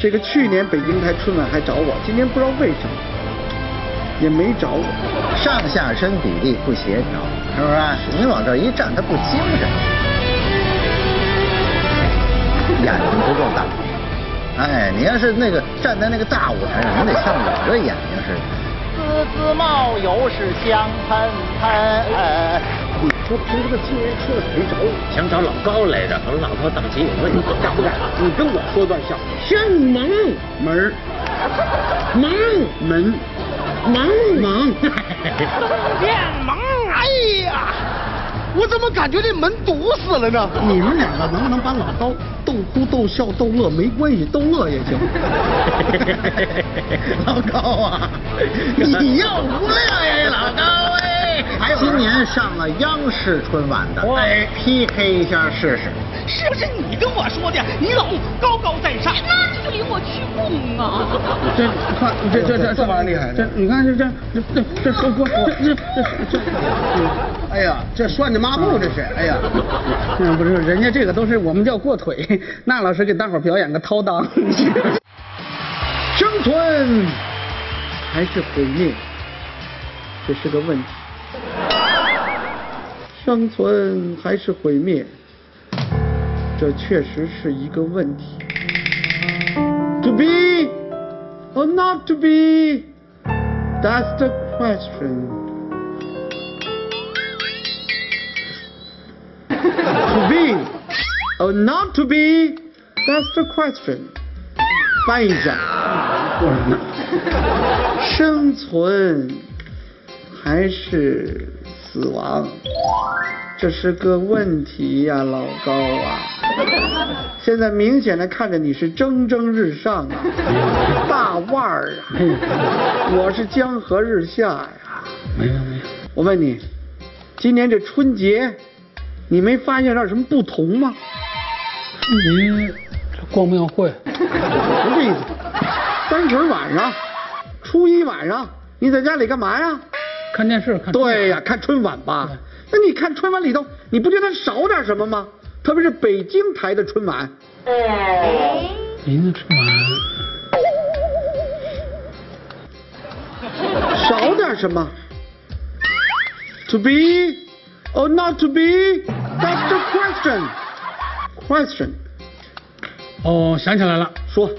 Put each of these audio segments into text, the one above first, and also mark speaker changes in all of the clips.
Speaker 1: 这个去年北京台春晚还找我，今年不知道为什么也没找我。
Speaker 2: 上下身比例不协调，是不是？你往这一站，它不精神，眼睛不够大。哎，你要是那个站在那个大舞台上，你得像我这眼睛似的。
Speaker 3: 滋滋冒油是香喷喷。哎
Speaker 4: 你说凭这个金人车谁找我？
Speaker 5: 想找老高来着，我说老高档期有问题，干不干？
Speaker 4: 你跟我说段相声，
Speaker 1: 像门门
Speaker 4: 忙
Speaker 1: 门
Speaker 4: 忙忙，
Speaker 3: 变萌， 哎呀，我怎么感觉这门堵死了呢？
Speaker 1: 你们两个能不能把老高逗哭、逗笑、逗乐没关系，逗乐也 行。
Speaker 2: 老高啊，你又无聊呀，老高哎！还有今年上了央视春晚的，来 PK 一下试试。
Speaker 3: 是不是你跟我说的？你老高高在上，
Speaker 6: 那你就领我去供啊！
Speaker 1: 这看这这这这玩意儿厉害，这你看这这这这这这这这这这。
Speaker 4: 哎呀，这涮着抹布这是，哎呀，
Speaker 1: 嗯，不是，人家这个都是我们叫过腿。那老师给大伙儿表演个掏裆，
Speaker 2: 生存
Speaker 1: 还是毁灭，这是个问题。生存还是毁灭，这确实是一个问题。To be or not to be, that's the question. to be or not to be, that's the question. 翻译一下， 生存还是死亡，这是个问题呀、老高啊！现在明显的看着你是蒸蒸日上啊，大腕儿啊，我是江河日下呀、
Speaker 4: 没有没有，
Speaker 1: 我问你，今年这春节，你没发现点什么不同吗？
Speaker 4: 你逛庙会，
Speaker 1: 不是这意思。三十晚上，初一晚上，你在家里干嘛呀？
Speaker 4: 看电视看。
Speaker 1: 对呀、看春晚吧。那你看春晚里头，你不觉得少点什么吗？特别是北京台的春晚，
Speaker 4: 您的春晚，
Speaker 1: 少点什么？To be or not to be? That's the question. Question.
Speaker 4: 哦，想起来了，
Speaker 1: 说，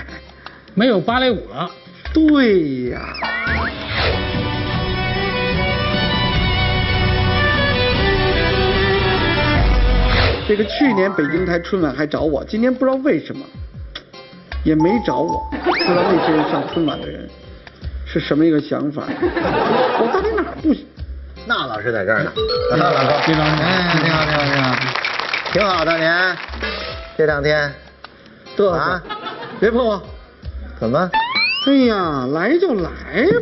Speaker 4: 没有芭蕾舞了。
Speaker 1: 对呀、这个去年北京台春晚还找我，今年不知道为什么也没找我，不知道那些人上春晚的人是什么一个想法，我到底哪儿不行？
Speaker 2: 那老师在这儿呢。老高，
Speaker 4: 你好
Speaker 2: 哎，你好，你好，你好，挺好的您。这两天
Speaker 1: 嘚瑟
Speaker 2: 啊
Speaker 1: 别碰我！
Speaker 2: 怎么
Speaker 1: 哎呀，来就来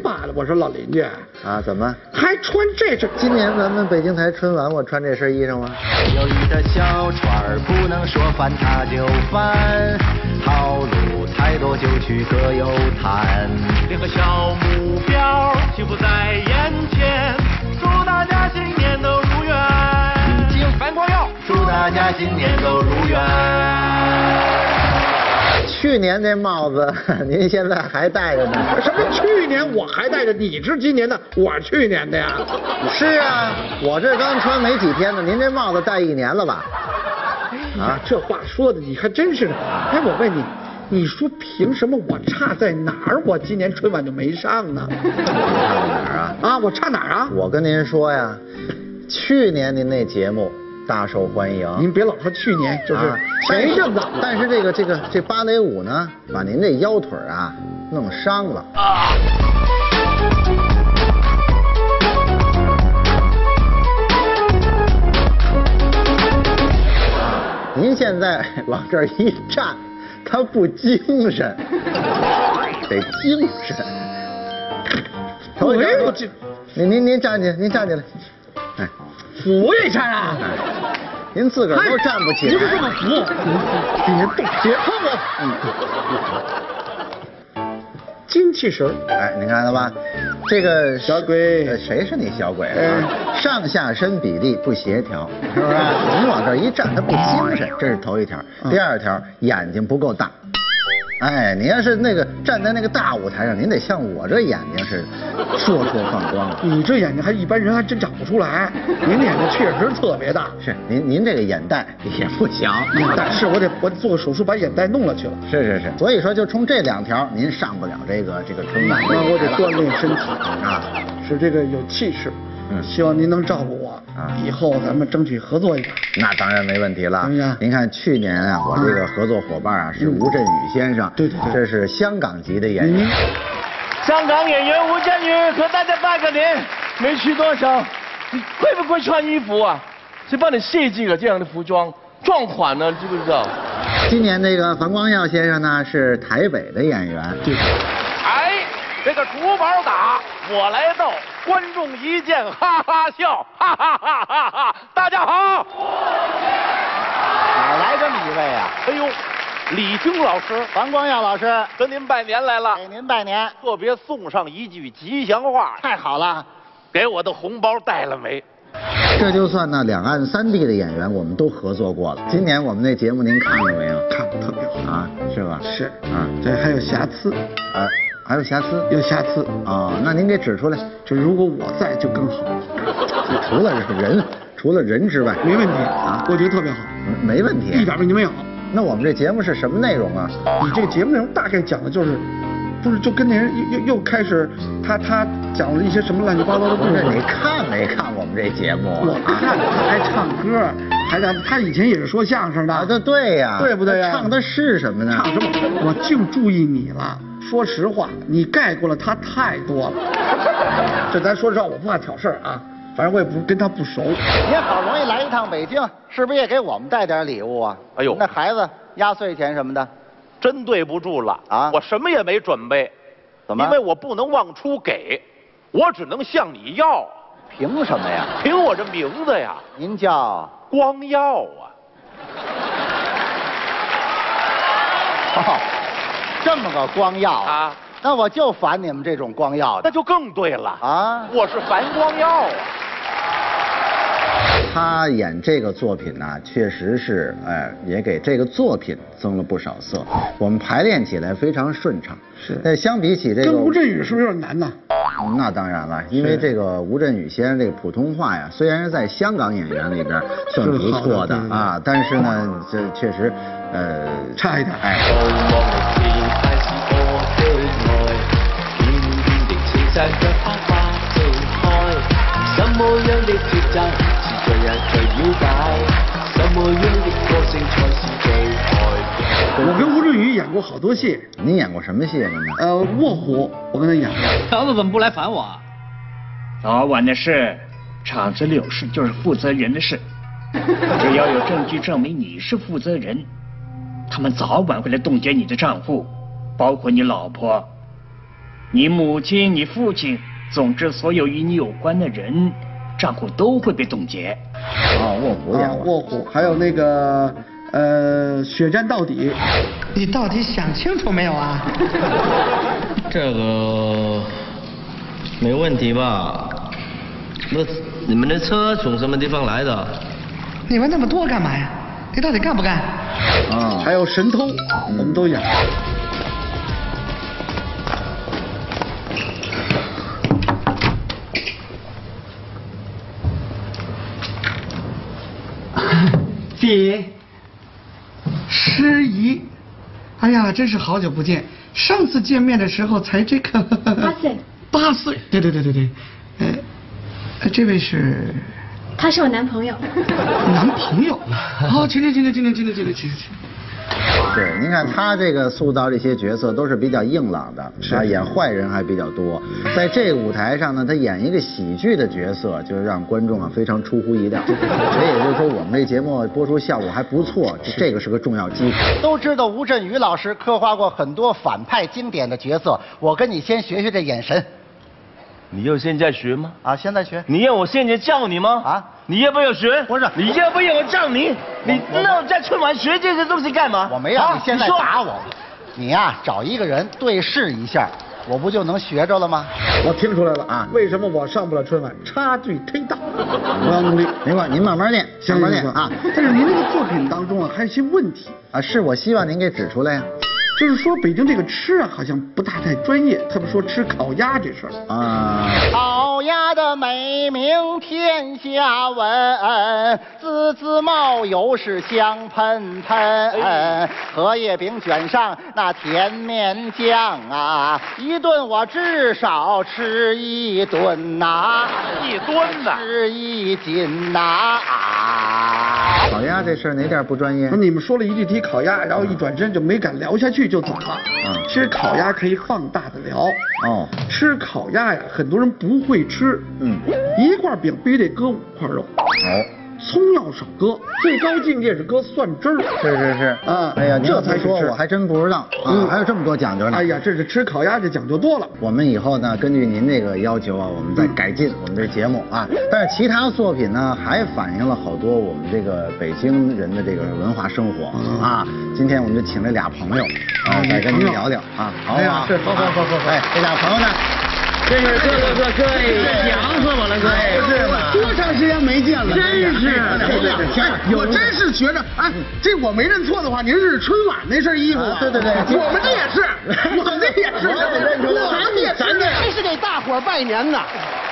Speaker 1: 吧，我说老邻居，
Speaker 2: 啊？怎么？
Speaker 1: 还穿这身，
Speaker 2: 今年咱们北京台春晚，我穿这身衣裳吗？
Speaker 3: 有一条小船儿不能说翻它就翻，好路才多就去各有谈。定个小目标，幸福在眼前，祝大家新年都如愿。金凡光耀，祝大家新年都如愿。
Speaker 2: 去年这帽子 您现在还戴着呢？
Speaker 1: 什么去年我还带着，你是今年的，我去年的呀。
Speaker 2: 是啊，我这刚穿没几天呢，您这帽子戴一年了吧？
Speaker 1: 啊，这话说的你还真是的。哎，我问你，你说凭什么我差在哪儿？我今年春晚就没上呢？
Speaker 2: 哪儿啊？
Speaker 1: 啊，我差哪儿啊？
Speaker 2: 我跟您说呀，去年您那节目大受欢迎，
Speaker 1: 您别老说去年，就是
Speaker 2: 啊
Speaker 1: 前一阵 子，
Speaker 2: 但是这个这个这芭蕾舞呢，把您这腰腿儿啊弄伤了。您现在往这儿一站，他不精神，得精神。头一
Speaker 1: 没有
Speaker 2: 回
Speaker 1: 精
Speaker 2: 您您您站起来，您站起来，哎，
Speaker 1: 扶一下啊！
Speaker 2: 您自个儿都站不起来。
Speaker 1: 您就这么扶，别动，别碰我。精气神儿，
Speaker 2: 哎，你看到吧？这个
Speaker 1: 小鬼
Speaker 2: 呃谁是你小鬼啊？
Speaker 1: 嗯
Speaker 2: 上下身比例不协调，是不是？
Speaker 1: 哎嗯
Speaker 2: 你往这儿一站，他不精神，这是头一条。第二条，眼睛不够大。哎，您要是那个站在那个大舞台上，您得像我这眼睛似的，烁烁放光的。
Speaker 1: 你这眼睛还一般人还真长不出来，您的眼睛确实特别 大。
Speaker 2: 是您您这个眼袋也不小，
Speaker 1: 眼袋是我得我得做个手术把眼袋弄了 去了。
Speaker 2: 是是是，所以说就冲这两条，您上不了这个这个春晚。
Speaker 1: 那我得锻炼身体
Speaker 2: 啊，
Speaker 1: 使这个有气势。
Speaker 2: 嗯
Speaker 1: 希望您能照顾我
Speaker 2: 啊
Speaker 1: 以后咱们争取合作一下。
Speaker 2: 那当然没问题了
Speaker 1: 对呀。
Speaker 2: 您看去年啊，我这个合作伙伴
Speaker 7: 嗯
Speaker 2: 啊是吴镇宇先生，
Speaker 1: 对对对
Speaker 2: 这是香港籍的演员。
Speaker 7: 嗯
Speaker 3: 香港演员吴镇宇和大家拜个年，没去多少，你会不会穿衣服啊？谁帮你设计了这样的服装？撞款呢、知不知道？
Speaker 2: 今年那个樊光耀先生呢是台北的演员，
Speaker 3: 哎，这个竹毛打，我来斗，观众一见哈哈笑，哈哈哈哈哈！大家好，
Speaker 7: 哪来这么一位啊？
Speaker 3: 哎呦，李菁老师
Speaker 7: 王光耀老师
Speaker 3: 跟您拜年来了
Speaker 7: 给，您拜年，
Speaker 3: 特别送上一句吉祥话，
Speaker 7: 太好了。
Speaker 3: 给我的红包带了没？
Speaker 2: 这就算呢两岸三地的演员我们都合作过了。今年我们那节目您看了没有？
Speaker 1: 看的特别好，
Speaker 2: 啊，是吧？
Speaker 1: 是
Speaker 2: 啊，
Speaker 1: 对，还有瑕疵，
Speaker 2: 啊，还有瑕疵
Speaker 1: 有瑕疵，
Speaker 2: 啊，那您给指出来。
Speaker 1: 就如果我在就更好，
Speaker 2: 除了人，除了人之外，
Speaker 1: 没问题
Speaker 2: 啊，
Speaker 1: 我觉得特别好，
Speaker 2: 没问题。
Speaker 1: 一点问题没有。
Speaker 2: 那我们这节目是什么内容啊？
Speaker 1: 你这个节目内容大概讲的就是，不是就跟那人又又又开始他他讲了一些什么乱七八糟的故
Speaker 7: 嗯
Speaker 2: 不是
Speaker 1: 事，
Speaker 2: 你看没看我们这节目
Speaker 1: 我看
Speaker 2: 啊？
Speaker 1: 他还唱歌，还让他以前也是说相声的，
Speaker 2: 啊，这对呀，
Speaker 1: 对不对呀？
Speaker 2: 唱的是什么呢？
Speaker 1: 唱什么？我净注意你了。说实话，你盖过了他太多了。这咱说实话，我不怕挑事儿啊，反正我也不跟他不熟。
Speaker 7: 您好不容易来一趟北京，是不是也给我们带点礼物啊？
Speaker 3: 哎呦
Speaker 7: 那孩子压岁钱什么的，
Speaker 3: 真对不住了
Speaker 7: 啊
Speaker 3: 我什么也没准备，
Speaker 7: 怎么
Speaker 3: 因为我不能往出给，我只能向你要，
Speaker 7: 凭什么呀？
Speaker 3: 凭我这名字呀，
Speaker 7: 您叫
Speaker 3: 光耀啊。
Speaker 7: 哦， 这么个光耀
Speaker 3: 啊？
Speaker 7: 那我就烦你们这种光耀
Speaker 3: 那
Speaker 7: 的
Speaker 3: 就更对了啊！
Speaker 7: 啊！
Speaker 3: 我是樊光耀啊，
Speaker 2: 他演这个作品呢、确实是，哎、也给这个作品增了不少色。我们排练起来非常顺畅。
Speaker 1: 是
Speaker 2: 那相比起这个，嗯
Speaker 1: 跟吴镇宇是不是有点难呢？
Speaker 2: 那当然了，因为这个吴镇宇先生这个普通话呀，虽然是在香港演员里边算不错的
Speaker 1: 是好的对对对
Speaker 2: 啊，但是呢，这确实，呃，
Speaker 1: 差一点
Speaker 2: 哎，
Speaker 1: 我跟吴镇宇演过好多戏，
Speaker 2: 您演过什么戏啊了呢？
Speaker 1: 呃，《卧虎》我跟他演过，
Speaker 8: 小子怎么不来烦我啊？
Speaker 9: 早晚的事，厂子里有事就是负责人的事，只要有证据证明你是负责人，他们早晚会来冻结你的账户，包括你老婆、你母亲、你父亲，总之所有与你有关的人，账户都会被冻结。
Speaker 2: 哦，卧虎
Speaker 1: 啊
Speaker 2: 演
Speaker 1: 《
Speaker 2: 过。
Speaker 1: 卧虎》，还有那个呃，《血战到底》。
Speaker 8: 你到底想清楚没有啊？
Speaker 5: 这个没问题吧？那你们的车从什么地方来的？
Speaker 8: 你问那么多干嘛呀？你到底干不干？
Speaker 2: 啊
Speaker 1: 还有神偷，我们都演过。
Speaker 8: 姐，诗怡，哎呀，真是好久不见。上次见面的时候才这个八岁， 八岁，对对对对对，呃，呃这位是
Speaker 10: 他是我男朋友。
Speaker 8: 男朋 友，哦，请请请请请请请请请请请。
Speaker 2: 对，您看他这个塑造这些角色都是比较硬朗的，
Speaker 1: 是
Speaker 2: 啊，演坏人还比较多。在这个舞台上呢，他演一个喜剧的角色，就是让观众啊非常出乎意 料。所以也就是说，我们这节目播出效果还不错，这这个是个重要基础。
Speaker 7: 都知道吴镇宇老师刻画过很多反派经典的角色，我跟你先学学这眼神
Speaker 3: 你要现在学吗？
Speaker 7: 啊！现在学
Speaker 2: 嗯
Speaker 3: 你要我现在叫你吗？
Speaker 7: 啊
Speaker 3: 啊，你要不要学？
Speaker 7: 不是
Speaker 3: 你要不要我叫你？你
Speaker 7: 我
Speaker 3: 那我在春晚学这些东西干嘛？
Speaker 7: 我没让
Speaker 3: 啊
Speaker 7: 你现在
Speaker 3: 说
Speaker 7: 打我，你呀、找一个人对视一下，我不就能学着了吗？
Speaker 1: 我听出来了
Speaker 2: 啊
Speaker 1: 为什么我上不了春晚？差距忒 大，我要努力。
Speaker 2: 您管您慢慢练，慢
Speaker 1: 行
Speaker 2: 慢
Speaker 1: 行
Speaker 2: 练
Speaker 1: 行
Speaker 2: 啊
Speaker 1: 但是您这个作品当中啊，还有一些问题，
Speaker 2: 啊！是我希望您给指出来呀、
Speaker 1: 就是说北京这个吃啊，好像不大太专业，特别说吃烤鸭这事儿
Speaker 2: 啊。
Speaker 11: 烤鸭的美名天下闻，滋滋冒油是香喷喷，荷叶饼卷上那甜面酱啊，一顿我至少吃一顿呐、
Speaker 3: 一吨呐
Speaker 11: 吃一斤呐、
Speaker 2: 烤鸭这事儿哪点不专业？
Speaker 1: 你们说了一句提烤鸭，然后一转身就没敢聊下去，就走了。
Speaker 2: 嗯
Speaker 1: 其实烤鸭可以放大的聊。
Speaker 2: 哦，
Speaker 1: 吃烤鸭呀，很多人不会吃。
Speaker 2: 嗯，
Speaker 1: 一块饼必须得搁五块肉，
Speaker 2: 哎，
Speaker 1: 葱要少搁，最高境界是搁蒜汁儿。
Speaker 2: 是是是，
Speaker 1: 啊
Speaker 2: 哎呀，你要
Speaker 1: 这才
Speaker 2: 不
Speaker 1: 是
Speaker 2: 说
Speaker 1: 吃
Speaker 2: 我还真不知道啊，
Speaker 1: 嗯
Speaker 2: 还有这么多讲究呢。
Speaker 1: 哎呀，这是吃烤鸭这讲究多了。
Speaker 2: 我们以后呢，根据您这个要求啊，我们再改进我们这节目啊。但是其他作品呢，还反映了好多我们这个北京人的这个文化生活啊。今天我们就请了俩朋友啊，再跟您聊聊啊，好
Speaker 1: 哎呀
Speaker 2: 好？
Speaker 1: 是好好好好好
Speaker 2: 哎，这俩朋友呢，
Speaker 12: 这是哥哥哥哥，哎，想死我了，哥，
Speaker 2: 哎是吗？
Speaker 13: 多长时间没见了？哎
Speaker 12: 真是
Speaker 13: 对对对
Speaker 2: 哎
Speaker 13: 哎我真是觉着，哎，这我没认错的话，您是春晚那身衣服吧
Speaker 2: 嗯啊对对对
Speaker 13: 我们这也 是，我们这也是，
Speaker 2: 我也认出来了
Speaker 13: 咱们也咱这真是啊给大伙儿拜年呢。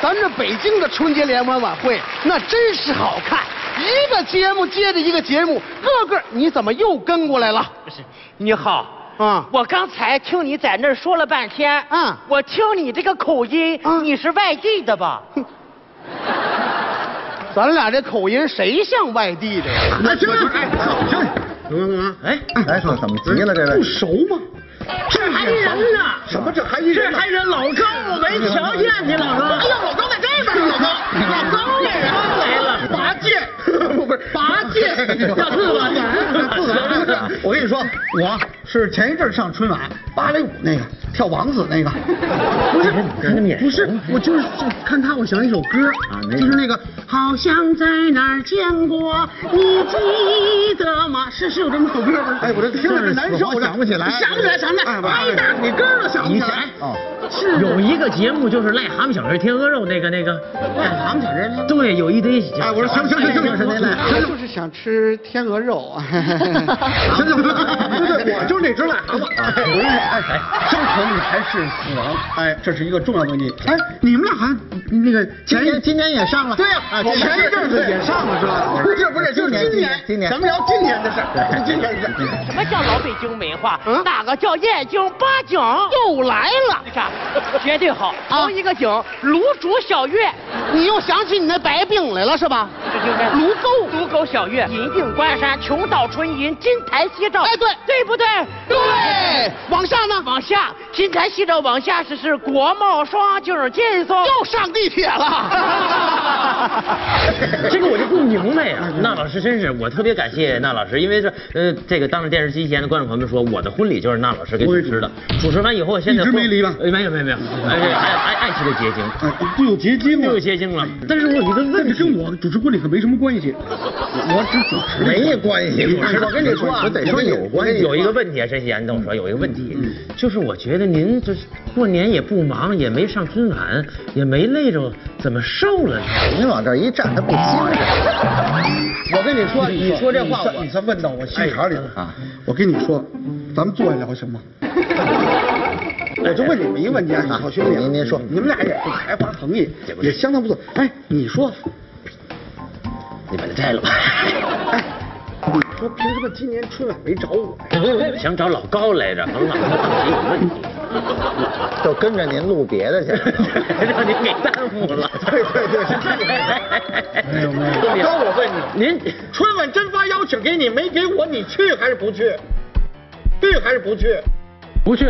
Speaker 13: 咱这北京的春节联欢晚会那真是好看，一个节目接着一个节目，个个你怎么又跟过来了？
Speaker 14: 你好，
Speaker 13: 啊
Speaker 14: 我刚才听你在那儿说了半天，
Speaker 13: 嗯
Speaker 14: 我听你这个口音，
Speaker 13: 啊
Speaker 14: 你是外地的吧？
Speaker 13: 咱俩这口音谁像外地的呀？哎，行了，哎，行了，怎么怎么？哎，
Speaker 2: 哎，说怎么急了这位
Speaker 1: 不？熟吗？这还人呢？什么这还一人呢？哎
Speaker 14: 还人老高，我没瞧见你老高。哎呦，老高在这边，老高，老高也来了。
Speaker 1: 八戒，不不是八戒，要自个儿来。 我跟你说，我是前一阵儿上春晚芭蕾舞那个跳王子那个，不是
Speaker 13: 不是，我就是就看他，我想一首歌
Speaker 2: 啊哪首
Speaker 13: 就是那个好像在哪儿见过，你记得吗？是是有这么首歌吗？
Speaker 1: 哎我这听着这难受
Speaker 2: 我想不起来
Speaker 13: 啊想不起来，想不起来，
Speaker 1: 哎我
Speaker 13: 挨大你根儿都想不起来。
Speaker 2: 哦，
Speaker 13: 是
Speaker 14: 有一个节目就是癞蛤蟆小人贴鹅肉那个那个，
Speaker 13: 俺们小人呢。
Speaker 14: 对，有一堆。
Speaker 1: 哎，我说行行行行行行，
Speaker 13: 我就是想吃天鹅肉 啊！
Speaker 1: 行行，对对，我就是那只癞蛤蟆。我跟你说，哎，张成你还是死亡，哎，这是一个重要的问题。哎，你们俩好像那个
Speaker 2: 今
Speaker 1: 前一
Speaker 2: 天今天也上了。
Speaker 1: 对呀
Speaker 2: 啊，
Speaker 1: 我前一阵子也上了是吧？
Speaker 2: 不是不是，
Speaker 1: 就
Speaker 2: 今
Speaker 1: 是
Speaker 2: 年
Speaker 1: 今年，
Speaker 2: 今年，
Speaker 1: 咱们聊今年的事儿，今年的 事儿。
Speaker 14: 什么叫老北京文化？
Speaker 13: 嗯
Speaker 14: 哪个叫燕京八景？又来了，你看，绝对好。同一个景，卤煮小月，
Speaker 13: 啊你又想起你那白饼来了是吧？
Speaker 14: 这就是泸沟泸沟小月，银锭关山，琼岛春吟，金台夕照。
Speaker 13: 哎对
Speaker 14: 对不对？
Speaker 13: 对，往下呢？
Speaker 14: 往下，金台夕照往下是是国贸双景劲松。
Speaker 13: 又上地铁了。
Speaker 12: 这个我就不明白呀、那老师真是，我特别感谢那老师，因为是呃，这个当着电视机前的观众朋友们说，我的婚礼就是那老师给主持的，主持完以后，现在
Speaker 1: 一直没离吧
Speaker 12: 哎没有没有没有， 哎这爱爱爱情的结晶，
Speaker 1: 哎，都有结晶
Speaker 13: 嗯
Speaker 12: 没
Speaker 1: 啊
Speaker 12: 有结晶了。但是我有一个
Speaker 1: 那
Speaker 12: 问
Speaker 1: 你跟
Speaker 12: 题，
Speaker 1: 我主持婚礼可没什么关系，我只主持。
Speaker 2: 没关系，
Speaker 1: 我跟你说啊
Speaker 2: 我得说有关系，嗯
Speaker 12: 有一个问题啊，陈曦，你跟我说有一个问题，就是我觉得您这过年也不忙，也没上春晚，也没累着，怎么瘦了呢？
Speaker 2: 您
Speaker 1: 啊
Speaker 2: 往这儿一站，他不精神。我跟你说，你说这话，
Speaker 1: 你算问到我心坎里了
Speaker 2: 啊！
Speaker 1: 哎我跟你说，咱们坐下聊行 吗？我就问你们一个问题啊，好兄弟啊，
Speaker 2: 您您说
Speaker 1: 你们俩也是才华横溢，也相当不错。哎，你说，
Speaker 12: 你把它摘 了吧。
Speaker 1: 哎，你说凭什么今年春晚没找我呀？
Speaker 12: 想找老高来着，甭老说有问题。
Speaker 2: 我就跟着您录别的去。
Speaker 12: 让您给耽误了。对对对， 没有没有。高，我问你，您
Speaker 1: 春晚真发邀请给你，没给我，你去还是不去？去还是不去？
Speaker 15: 不去，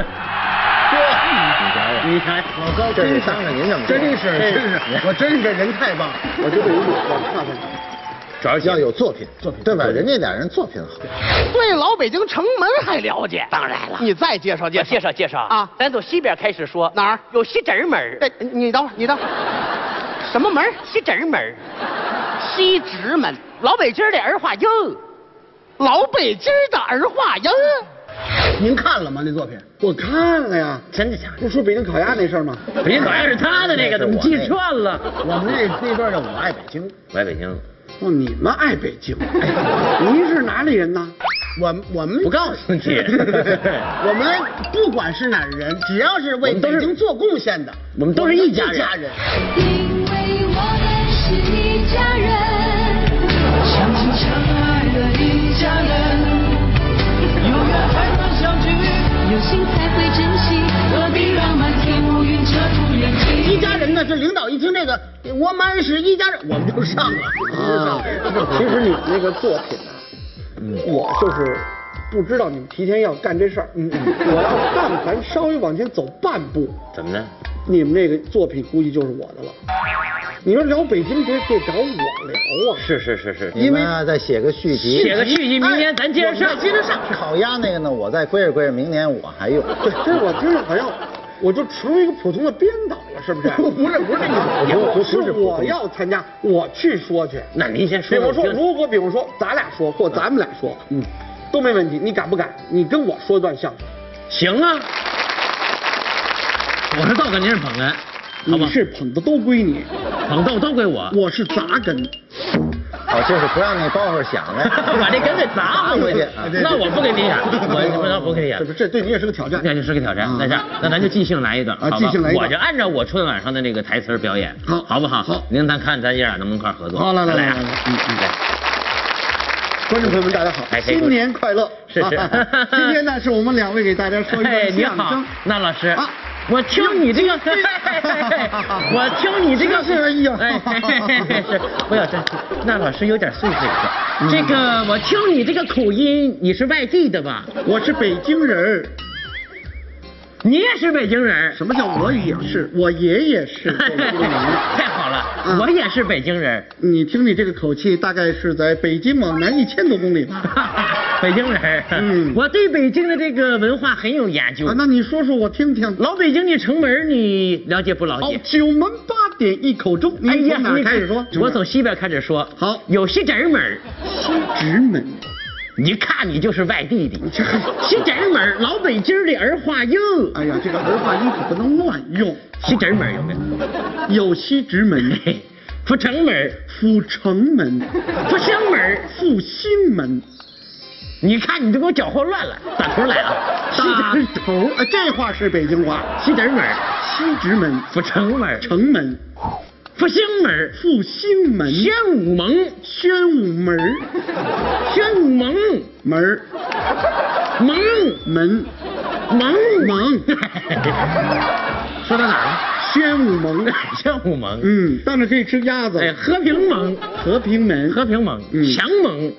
Speaker 12: 你看老高
Speaker 2: 这是当着您这么说，
Speaker 1: 真是，真是，我真是这人太棒了，我就得我看看。
Speaker 2: 主要要有作品，作品对吧？人家俩人作品好。
Speaker 13: 对老北京城门还了解？
Speaker 14: 当然了
Speaker 13: 你再介绍介
Speaker 14: 我
Speaker 13: 绍
Speaker 14: 介绍介绍
Speaker 13: 啊！
Speaker 14: 咱从西边开始说，
Speaker 13: 哪儿
Speaker 14: 有西直门儿
Speaker 13: 哎，你等会儿，你等会儿，什么门儿？
Speaker 14: 西直门儿
Speaker 13: 西直门，
Speaker 14: 老北京的儿化音，
Speaker 13: 老北京的儿化音。
Speaker 1: 您看了吗？那作品？我看了呀。
Speaker 12: 真的假
Speaker 1: 不是说北京烤鸭那事儿吗？
Speaker 12: 的？哎别管是他的那个，怎么记串了？
Speaker 2: 我们那那段叫《我爱北京》，
Speaker 12: 来北 京，
Speaker 1: 哎哦，你们爱北京，您是哪里人呢？
Speaker 16: 我我们
Speaker 2: 我告诉 你
Speaker 16: 我们不管是哪儿人，只要是为北京做贡献的，
Speaker 2: 我们都是一家人
Speaker 16: 家人。
Speaker 6: 因为我们是一家人，相亲相爱的一家人，有缘才能相聚，有心才会珍惜，何必浪漫天乌云遮住眼睛？
Speaker 16: 一家人呢，这领导一听这个，我们是一家人，我们就上了。
Speaker 1: 啊，其实你们那个作品啊，我就是不知道你们提前要干这事儿。嗯，我要但凡稍微往前走半步，
Speaker 12: 怎么呢？
Speaker 1: 你们那个作品估计就是我的了。你说聊北京得得找我聊啊。
Speaker 12: 是是是是
Speaker 2: 因为再写个续集，
Speaker 13: 写个续集明年咱接着
Speaker 2: 哎
Speaker 13: 上
Speaker 2: 我们再接着上。烤鸭那个呢，我再归着归着，明年我还有。
Speaker 1: 对，啊这我听着好像我就成为一个普通的编导了， 是不是？不是不是你，
Speaker 2: 不
Speaker 1: 我
Speaker 2: 不是普
Speaker 1: 是
Speaker 2: 通
Speaker 1: 我要参加，我去说去。
Speaker 12: 那您先说
Speaker 1: 比如
Speaker 12: 说
Speaker 1: 说，
Speaker 12: 听
Speaker 1: 如果比如说咱俩说，或咱们俩说，嗯，都没问题。你敢不敢？你跟我说一段相声，
Speaker 12: 行啊。我是逗哏，您是捧哏，好吧
Speaker 1: 你？是捧的都归你，
Speaker 12: 捧逗都归我，
Speaker 1: 我是杂哏。
Speaker 2: 哦，就是不让那包袱响了，
Speaker 12: 把这根给砸回去。那我不给你演，我我不给你演
Speaker 1: 这。不这对你也是个挑战。
Speaker 12: 那就是个挑战。那这样，那咱就即兴来一段，
Speaker 1: 啊
Speaker 12: 好吧
Speaker 1: 即兴来一段
Speaker 12: 我就按照我春晚上的那个台词儿表演，好，好不好？好，您咱看咱爷俩能不能一块儿合作？
Speaker 1: 好来来
Speaker 12: 来啊
Speaker 1: 来来来
Speaker 12: 嗯嗯来，
Speaker 1: 观众朋友们，大家好
Speaker 12: 哎，谁
Speaker 1: 新年快乐！
Speaker 12: 是是
Speaker 1: 啊 今天呢，是我们两位给大家说一
Speaker 12: 哎，
Speaker 1: 段
Speaker 12: 你
Speaker 1: 相
Speaker 12: 好
Speaker 1: 声。，啊
Speaker 12: 那老师，我听你 这个，我听你这个
Speaker 1: 是是呀
Speaker 12: 哎，嘿嘿嘿嘿是不要这，那老师有点岁数了。
Speaker 1: 嗯
Speaker 12: 这个我听你这个口音，你是外地的吧？
Speaker 1: 我是北京人儿，
Speaker 12: 你也是北京人？
Speaker 1: 什么叫我也是？ 我爷爷是嗯北京人。
Speaker 12: 太好了，我也是北京人，
Speaker 1: 你听你这个口气，大概是在北京往南一千多 公里啊吧？
Speaker 12: 北京人。嗯，我对北京的这个文化很有研究
Speaker 1: 啊，。那你说说我听听。
Speaker 12: 老北京的城门你了解不了
Speaker 1: 哦
Speaker 12: 解，？
Speaker 1: 九门八点一口钟，
Speaker 12: 哎
Speaker 1: 您
Speaker 12: 呀，
Speaker 1: 从哪儿
Speaker 12: 你
Speaker 1: 开始说？
Speaker 12: 我从西边开始说。
Speaker 1: 好
Speaker 12: 有西直门儿，
Speaker 1: 西直门。
Speaker 12: 一看你就是外地的。
Speaker 1: 嗯
Speaker 12: 西直门儿，老北京的儿化音。
Speaker 1: 哎呀，这个儿化音可不能乱用。
Speaker 12: 西直门儿有没有？
Speaker 1: 有西直门、
Speaker 12: 阜成门儿，
Speaker 1: 阜成门、
Speaker 12: 阜兴门儿，
Speaker 1: 阜新门、
Speaker 12: 你看你都给我搅和乱了，打头来啊！西
Speaker 1: 大
Speaker 12: 直
Speaker 1: 头。啊，这话是北京话。
Speaker 12: 西直门儿，
Speaker 1: 西直门、
Speaker 12: 阜成门儿，
Speaker 1: 城门、
Speaker 12: 阜兴门儿，
Speaker 1: 阜兴门、
Speaker 12: 宣武盟，
Speaker 1: 宣武门儿、
Speaker 12: 宣武盟，
Speaker 1: 门儿
Speaker 12: 盟
Speaker 1: 门。
Speaker 12: 盟
Speaker 1: 盟
Speaker 12: 说到哪儿了？
Speaker 1: 宣武盟，
Speaker 12: 宣武盟。
Speaker 1: 嗯，到那可以吃鸭子。
Speaker 12: 哎，和平盟，
Speaker 1: 和平门，
Speaker 12: 和平盟，
Speaker 1: 嗯
Speaker 12: 强盟，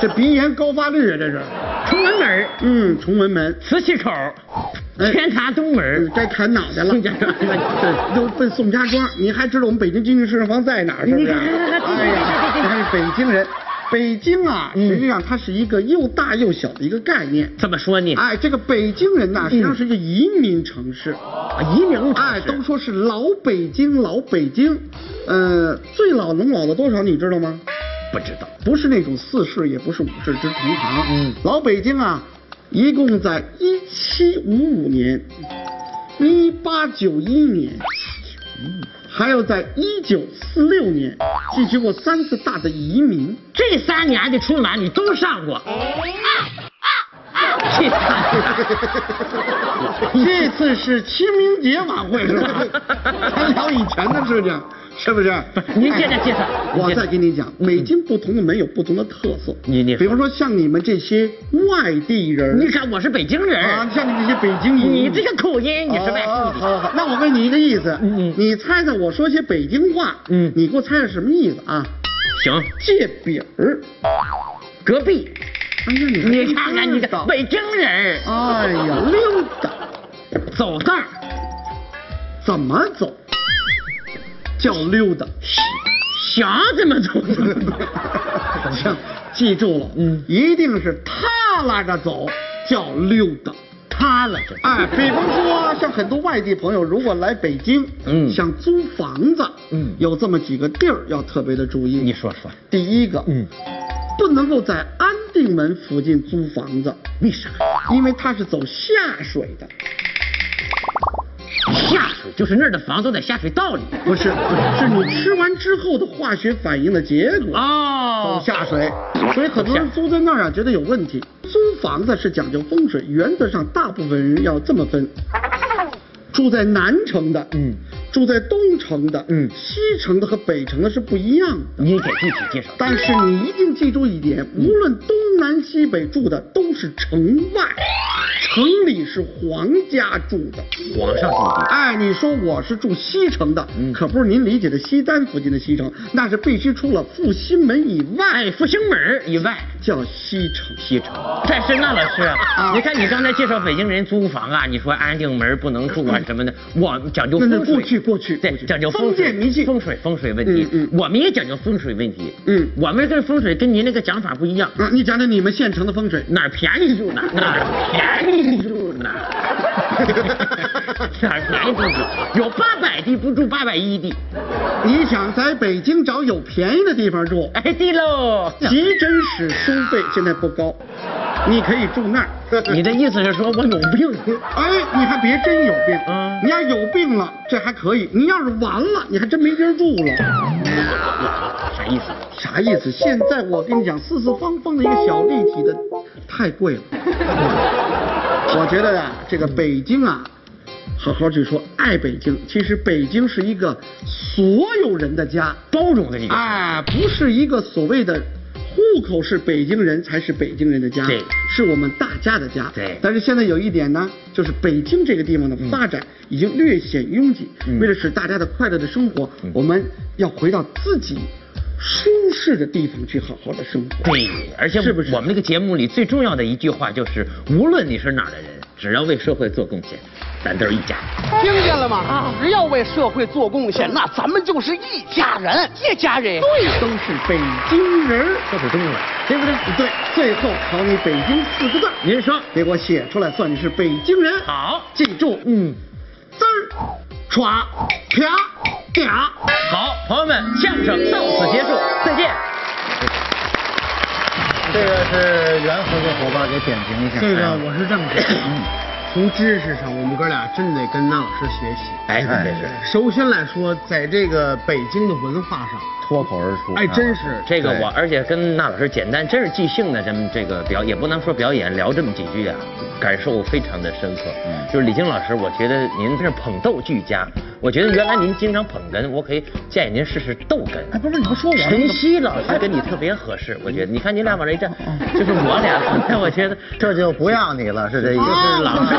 Speaker 1: 这鼻炎高发率啊，这是。
Speaker 12: 崇文门，
Speaker 1: 嗯，崇文门，
Speaker 12: 瓷器口，
Speaker 1: 哎
Speaker 12: 全卡东
Speaker 1: 嗯
Speaker 12: 门，
Speaker 1: 该砍脑 袋了。
Speaker 12: 宋家庄
Speaker 1: 对，都奔宋家庄。你还知道我们北京京剧市场房在哪儿？是不是？
Speaker 12: 你看看看看
Speaker 1: 哎呀， 你
Speaker 12: 对对对对对
Speaker 1: 看这北京人，北京啊，
Speaker 12: 嗯
Speaker 1: 实际上它是一个又大又小的一个概念。
Speaker 12: 这么说呢？
Speaker 1: 哎，这个北京人呐、实际上是一个移民城市。
Speaker 12: 啊，移民城市
Speaker 1: 哎，都说是老北京，老北京，呃，最老能老到多少，你知道吗？
Speaker 12: 不知道。
Speaker 1: 不是那种四世，也不是五世之同堂。
Speaker 12: 嗯
Speaker 1: 老北京啊，一共在一七五五年、一八九一年，还有在一九四六年，进行过三次大的移民。
Speaker 12: 这三年的春晚你都上过，这三年。
Speaker 1: 这次是清明节晚会，是 吧？咱聊以前的事情，是不是？哎
Speaker 12: 您接着介绍
Speaker 1: 我
Speaker 12: 您接着
Speaker 1: 再给你讲，北京不同的门有不同的特色。
Speaker 12: 你你说
Speaker 1: 比方说像你们这些外地人，
Speaker 12: 你看我是北京
Speaker 1: 啊
Speaker 12: 人，，
Speaker 1: 像你们这些北京移民，
Speaker 12: 你这个口音你是外
Speaker 1: 哦好
Speaker 12: 地
Speaker 1: 好
Speaker 12: 的，
Speaker 1: 好，那我问你一个意思，
Speaker 12: 嗯嗯
Speaker 1: 你猜猜我说些北京话，
Speaker 12: 嗯
Speaker 1: 你给我猜猜什么意思啊？
Speaker 12: 行，
Speaker 1: 借饼儿，
Speaker 12: 隔壁，
Speaker 1: 哎呀，你还
Speaker 12: 你看看你
Speaker 1: 知
Speaker 12: 的
Speaker 1: 道
Speaker 12: 北京人，
Speaker 1: 哎呀，溜达，
Speaker 12: 走道儿
Speaker 1: 怎么走？叫溜达，
Speaker 12: 想怎么走怎么走。
Speaker 1: 行，记住了，
Speaker 12: 嗯
Speaker 1: 一定是踏拉着走，叫溜达。
Speaker 12: 塌了这。
Speaker 1: 哎，比方说，像很多外地朋友如果来北京，
Speaker 12: 嗯
Speaker 1: 想租房子，
Speaker 12: 嗯
Speaker 1: 有这么几个地儿要特别的注意。
Speaker 12: 你说说，
Speaker 1: 第一个，
Speaker 12: 嗯，
Speaker 1: 不能够在安定门附近租房子，
Speaker 12: 为啥？
Speaker 1: 因为它是走下水的，
Speaker 12: 下水就是那儿的房都在下水道里。
Speaker 1: 不是，是你吃完之后的化学反应的结果。
Speaker 12: 哦
Speaker 1: 口下水，所以很多人租在那儿啊，觉得有问题。租房子是讲究风水，原则上大部分人要这么分：住在南城的，嗯，住在东城的，嗯，西城的和北城的是不一样的。
Speaker 12: 你给具体介绍。
Speaker 1: 但是你一定记住一点，无论东南西北住的都是城外，城里是皇家住的，
Speaker 12: 皇上住的
Speaker 1: 哎，你说我是住西城的，可不是您理解的西单附近的西城，那是必须出了复兴门以外，复兴门以外叫西城。
Speaker 12: 西城，但是那老师，
Speaker 1: 啊
Speaker 12: 你看你刚才介绍北京人租房啊，你说安定门不能住啊什么的，我讲究
Speaker 1: 嗯那那
Speaker 12: 风水。
Speaker 1: 过去过去
Speaker 12: 对，讲究
Speaker 1: 封
Speaker 12: 风水
Speaker 1: 建迷信
Speaker 12: 风水风水问题。
Speaker 1: 嗯
Speaker 12: 我们也讲究风水问题。
Speaker 1: 嗯，
Speaker 12: 我们这风水跟您那个讲法不一样。
Speaker 1: 啊，你讲讲你们县城的风水，
Speaker 12: 哪儿便宜住哪儿，哪儿便宜住哪儿， 哪儿便宜住哪儿，有八百的不住八百一的。
Speaker 1: 你想在北京找有便宜的地方住？
Speaker 12: 哎，对喽，
Speaker 1: 急诊室收费现在不高，你可以住那儿。
Speaker 12: 你的意思是说我有病？
Speaker 1: 哎，你还别真有病，你要有病了，这还可以；你要是完了，你还真没地儿住了。
Speaker 12: 啥意思？
Speaker 1: 啥意思？现在我跟你讲，四四方方的一个小立体的，太贵了。我觉得呀、这个北京啊，好好去说爱北京。其实北京是一个所有人的家，
Speaker 12: 包容的一
Speaker 1: 个，
Speaker 2: 啊
Speaker 1: 哎，不是一个所谓的。户口是北京人才是北京人的家，
Speaker 12: 对
Speaker 1: 是我们大家的家。
Speaker 12: 对
Speaker 1: 但是现在有一点呢，就是北京这个地方的发展已经略显拥挤。
Speaker 12: 嗯
Speaker 1: 为了使大家的快乐的生活，我们要回到自己舒适的地方去好好的生活。
Speaker 12: 对，而且
Speaker 1: 是不是？
Speaker 12: 我们这个节目里最重要的一句话就是，无论你是哪儿的人，只要为社会做贡献，咱都是一家。
Speaker 13: 听见了吗？只要为社会做贡献，那咱们就是一家人，一家人。对，
Speaker 1: 都是北京人儿，
Speaker 12: 这是中文，对不对？
Speaker 1: 对，最后考你北京四个字，
Speaker 12: 您说，
Speaker 1: 给我写出来，算你是北京人。
Speaker 12: 好，
Speaker 1: 记住，嗯，滋儿，歘，啪，嗲。
Speaker 12: 好，朋友们，相声到此结束，再见。
Speaker 2: 这个是袁合作伙伴给点评一下。
Speaker 17: 这
Speaker 2: 哎
Speaker 17: 个
Speaker 2: 呀嗯
Speaker 17: 我是这么觉得，从知识上，我们哥俩真得跟那老师学习。
Speaker 12: 哎哎是
Speaker 17: 首先来说，在这个北京的文化上，
Speaker 2: 脱口而出。
Speaker 17: 哎，
Speaker 2: 啊
Speaker 17: 真是
Speaker 12: 这个我，
Speaker 2: 对
Speaker 12: 而且跟那老师简单，真是即兴的，咱们这个表也不能说表演，聊这么几句啊，感受非常的深刻。
Speaker 2: 嗯
Speaker 12: 就是李菁老师，我觉得您是捧逗俱佳，我觉得原来您经常捧哏，我可以建议您试试逗哏。
Speaker 2: 哎，不是你不说我
Speaker 12: 晨曦老师跟你特别合适，我觉得，你看你俩往这一站，就是我俩，那我觉得
Speaker 2: 这就不要你了，是这意思。
Speaker 12: 就是老师，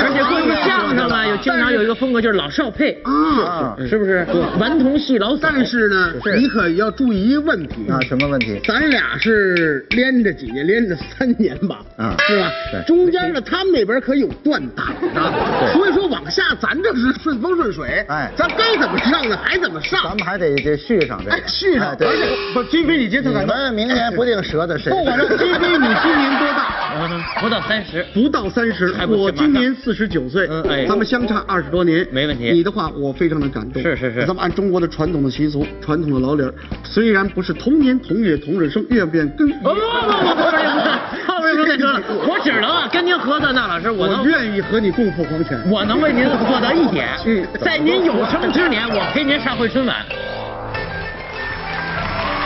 Speaker 12: 而且过去相声啊，有经常有一个风格就是老少配
Speaker 17: 啊
Speaker 12: 是不是？顽童戏老叟。
Speaker 17: 但是呢，
Speaker 2: 是
Speaker 17: 你可要注意一个问题
Speaker 2: 啊，什么问题？
Speaker 17: 咱俩是连着几年，连着三年吧，
Speaker 2: 啊
Speaker 17: 是吧
Speaker 2: 对？
Speaker 17: 中间呢，他们那边可有断档的，
Speaker 2: 对
Speaker 17: 所以说往下咱这是顺风顺水，
Speaker 2: 哎
Speaker 17: 咱该怎么上呢还怎么
Speaker 2: 咱
Speaker 17: 上，
Speaker 2: 们还得得续上这
Speaker 17: 哎
Speaker 2: 个，，
Speaker 17: 续上
Speaker 2: 哎，
Speaker 17: 而且
Speaker 2: 对。
Speaker 17: 不，军 飞你今
Speaker 2: 你
Speaker 17: 天感
Speaker 2: 们明年不定折的谁？
Speaker 1: 不管这金飞，你今年多大？
Speaker 12: 嗯不到三十，
Speaker 1: 不到三十
Speaker 12: 还，不是
Speaker 1: 我
Speaker 12: 马上
Speaker 1: 今年四十九岁
Speaker 12: 嗯哎，
Speaker 1: 咱们相差二十多年，
Speaker 12: 没问题
Speaker 1: 你的话我非常的感动。
Speaker 12: 是是是
Speaker 1: 咱们按中国的传统的习俗、传统的老理儿，虽然不是同年同月同日生，愿不愿跟？
Speaker 12: 哦不不不不不不，后面不再说了， 我只能啊跟您合作，那老师，我
Speaker 1: 我
Speaker 12: 能
Speaker 1: 愿意和你共赴黄泉。
Speaker 12: 我能为您做到一点，在您有生之年，我陪您上回春晚，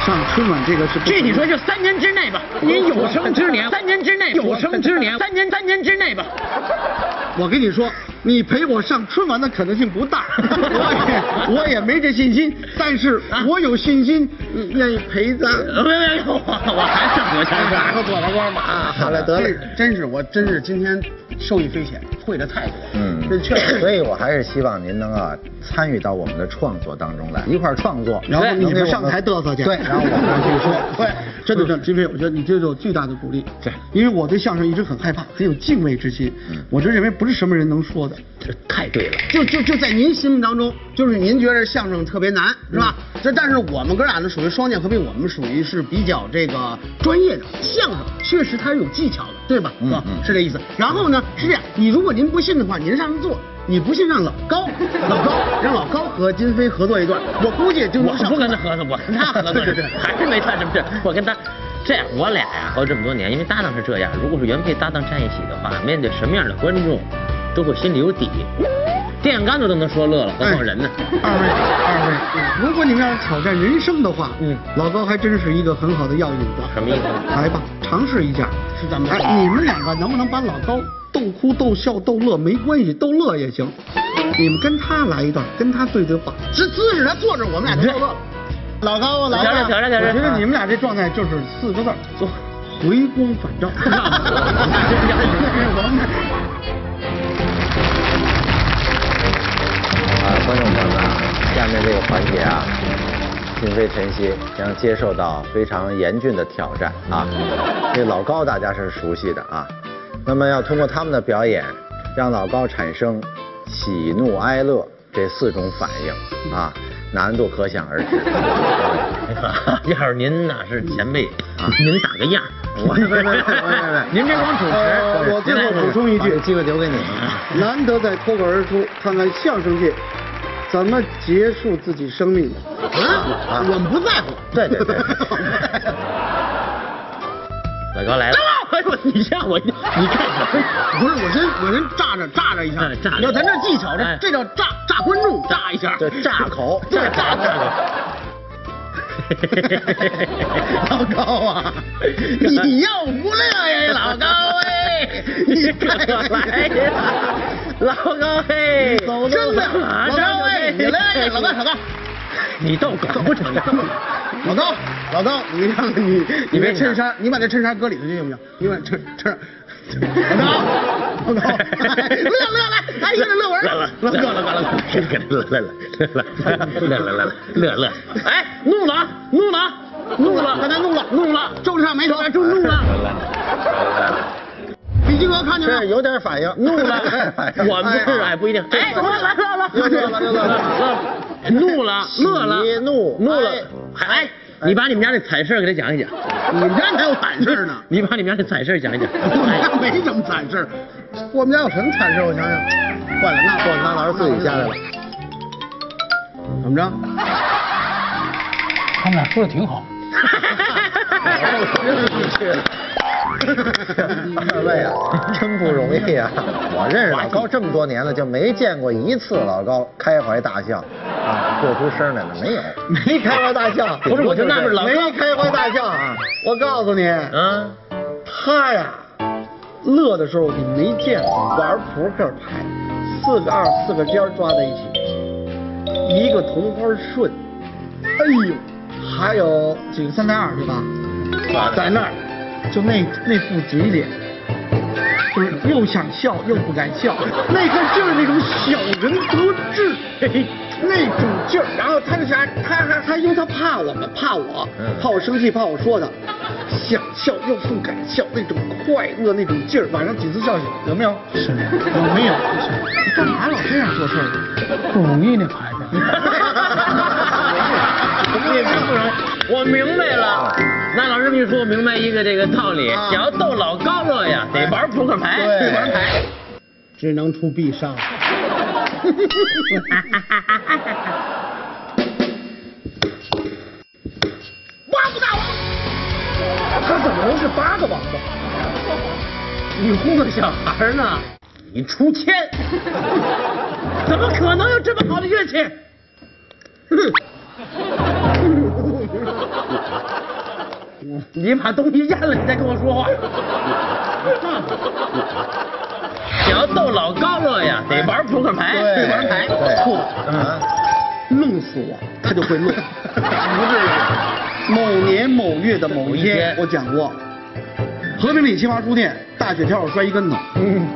Speaker 1: 上春晚这个是不
Speaker 12: 具体说就三年之内吧。您有生之年，三年之内，有生之年，三年三年之内吧。
Speaker 1: 我跟你说，你陪我上春晚的可能性不 大，我也我也没这信心，但是
Speaker 12: 啊
Speaker 1: 我有信心，你愿意陪咱。
Speaker 12: 没没有，我还上回春晚。
Speaker 17: 躲了光吧啊！
Speaker 2: 好了得了
Speaker 17: 这真是我真是今天受益匪浅，会的太多了。
Speaker 2: 嗯
Speaker 17: 这确实。
Speaker 2: 所以我还是希望您能啊参与到我们的创作当中来，一块儿创作，
Speaker 1: 然后
Speaker 2: 能
Speaker 1: 你
Speaker 2: 给我
Speaker 1: 就
Speaker 2: 们
Speaker 1: 上台嘚瑟去，
Speaker 2: 对， 然后我们去说，嗯
Speaker 1: 对，真的真的，金飞，我觉得你这有巨大的鼓励，
Speaker 12: 对
Speaker 1: 因为我对相声一直很害怕，很有敬畏之心，
Speaker 2: 嗯
Speaker 1: 我就认为不是什么人能说的，
Speaker 12: 这太对了。
Speaker 17: 就就就在您心目当中，就是您觉得相声特别难，是吧？
Speaker 12: 嗯
Speaker 17: 这但是我们哥俩呢属于双剑合璧，我们属于是比较这个专业的相声，确实它是有技巧的，对吧？
Speaker 2: 嗯
Speaker 17: 啊
Speaker 2: 嗯
Speaker 17: 是这意思。然后呢是这样，你如果您不信的话，您上去做。你不信让老高，老高让老高和金飞合作一段，我估计
Speaker 1: 嗯
Speaker 17: 就
Speaker 12: 我
Speaker 17: 能上
Speaker 12: 不跟他合作，我跟他合作
Speaker 17: 对对对
Speaker 12: 还是没他什么事。我跟他这样，我俩呀、合作这么多年，因为搭档是这样，如果是原配搭档站一起的话，面对什么样的观众，都会心里有底。电线杆子都能说乐了，何况人呢？
Speaker 17: 哎
Speaker 1: 哎二位，二位，如果你们要是挑战人生的话，嗯，老高还真是一个很好的药引子。
Speaker 12: 什么意思
Speaker 1: 来吧，尝试一下。
Speaker 17: 是怎么着
Speaker 1: 哎，你们两个能不能把老高逗哭、逗笑、逗乐没关系，逗乐也行。你们跟他来一段，跟他对对话。
Speaker 17: 这姿势他坐着，我们俩就乐了。老高来吧，
Speaker 1: 哎挑战挑战！我觉得你们俩这状态就是四个字儿：做回光返 照。
Speaker 2: 啊，观众朋友们啊，下面这个环节啊，并非晨曦将接受到非常严峻的挑战啊。这老高大家是熟悉的啊，那么要通过他们的表演，让老高产生喜怒哀乐这四种反应啊，难度可想而知。 啊
Speaker 12: 要是您呐是前辈，您打个样。我 您别光主
Speaker 1: 呃
Speaker 12: 持，
Speaker 1: 我最后补充一句，
Speaker 2: 机会留给你。啊
Speaker 1: 难得在脱口而出，看看相声界怎么结束自己生命的。
Speaker 17: 啊，我们不在乎。
Speaker 2: 对对对。
Speaker 12: 老高来了，哎呦，你让我，你看什么？
Speaker 17: 不是我先我先炸着炸着一下
Speaker 12: 哎，炸着
Speaker 17: 要咱这技巧，
Speaker 12: 哎
Speaker 17: 这这叫炸炸观众，炸一下，
Speaker 2: 对炸口
Speaker 17: 对炸
Speaker 2: 炸
Speaker 17: 口。
Speaker 2: 口
Speaker 17: 老高啊，你要不乐呀，老高哎，你看
Speaker 12: 来呀，老高嘿，
Speaker 17: 哎真的，
Speaker 12: 马
Speaker 17: 老
Speaker 12: 上
Speaker 17: 高哎，你来呀，老高老高，
Speaker 12: 你倒管不成
Speaker 17: 老高老高，你看看你你这衬衫，你把这衬衫搁里头去行不行？你把衬衬。老高，老高，乐乐来，来一个人乐
Speaker 12: 来来
Speaker 17: 文，
Speaker 12: 乐乐乐乐乐乐乐乐乐乐乐，哎，怒了啊，怒了啊，怒了，
Speaker 17: 刚才怒了，
Speaker 12: 怒了，
Speaker 17: 皱着上眉头，就怒了。李金河看见
Speaker 2: 是
Speaker 17: 没有？
Speaker 2: 有点反应，
Speaker 12: 怒了，我们这哎不一定，哎，乐了乐了乐，怒了乐了，
Speaker 2: 喜怒
Speaker 12: 怒了，哎，你把你们家那彩事给他讲一讲，
Speaker 17: 你们家哪有惨事呢？
Speaker 12: 你把你们家那彩事 讲一讲，
Speaker 17: 我们家没什么惨事，
Speaker 1: 我们家有什么惨事？我想想，
Speaker 17: 坏了，那
Speaker 2: 霍康老师自己下来了。
Speaker 17: 怎么着？
Speaker 4: 他们俩说的挺好。
Speaker 2: 哎二位啊，真不容易啊！我认识老高这么多年了，就没见过一次老高开怀大笑啊，做出声来的没有，没开怀大笑。
Speaker 12: 不是我就纳闷老高
Speaker 2: 没开怀大笑啊！
Speaker 1: 我告诉你，
Speaker 12: 嗯，
Speaker 1: 他呀，乐的时候你没见过，玩扑克牌，四个二四个尖儿抓在一起，一个同花顺，哎呦，还有几个三带二是吧？在那儿，就那那副嘴脸，就是又想笑又不敢笑， 那个劲儿，那种小人得志，那种劲儿。然后他是啥？他还他因为他怕我们，怕我，怕我生气，怕我说他，想笑又不敢笑，那种快乐，那种劲儿。晚上几次笑醒，有没有？
Speaker 4: 是
Speaker 1: 有没有？干嘛老这样做事儿？
Speaker 4: 不容易那孩 子，
Speaker 12: 你真不容易，我明白
Speaker 2: 啊
Speaker 12: 了。那老师跟你说，我明白一个这个道理，想要逗老高乐呀，得玩扑克牌，玩牌。
Speaker 1: 只能出必上。
Speaker 18: 哇不大王，
Speaker 1: 他怎么能是八个王八？
Speaker 12: 你糊弄小孩呢？你出千， 怎么可能有这么好的乐器？哼 你把东西咽了，你再跟我说话。想要逗老高乐呀，得玩扑克牌，
Speaker 2: 对，
Speaker 12: 玩牌。
Speaker 2: 对，啊，
Speaker 1: 弄死我，他就会 乐。不是，某年某月的某一天，我讲过，和平里新华书店大雪条我摔一跟头。嗯。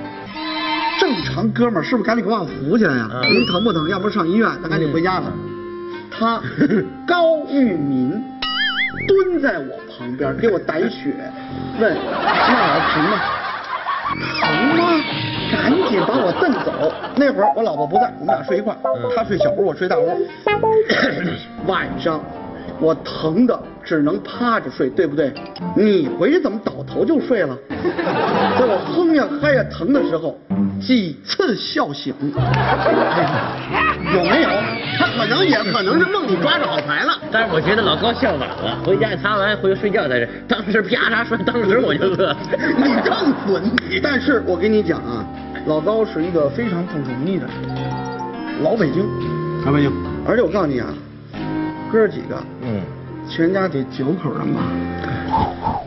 Speaker 1: 正常哥们儿是不是赶紧给我扶起来呀、您、疼不疼？要不上医院，咱赶紧回家吧。他高玉民蹲在我旁边给我掸雪，问那玩意儿疼吗？疼吗？赶紧把我蹬走！那会儿我老婆不在，我们俩睡一块儿，她睡小屋，我睡大屋。 晚上我疼的只能趴着睡，对不对？你回去怎么倒头就睡了？在我哼呀嗨呀疼的时候，几次笑醒，有没有？
Speaker 17: 他可能也可能是梦里抓着好牌了。
Speaker 12: 但是我觉得老高笑晚了，回家擦完回去睡觉在这， 当时啪嚓摔，当时我就乐。
Speaker 17: 你更损你！
Speaker 1: 但是我跟你讲啊，老高是一个非常不容易的人，老北京，
Speaker 17: 老北京。
Speaker 1: 而且我告诉你啊，哥儿几个，
Speaker 2: 嗯，
Speaker 1: 全家得九口人吧，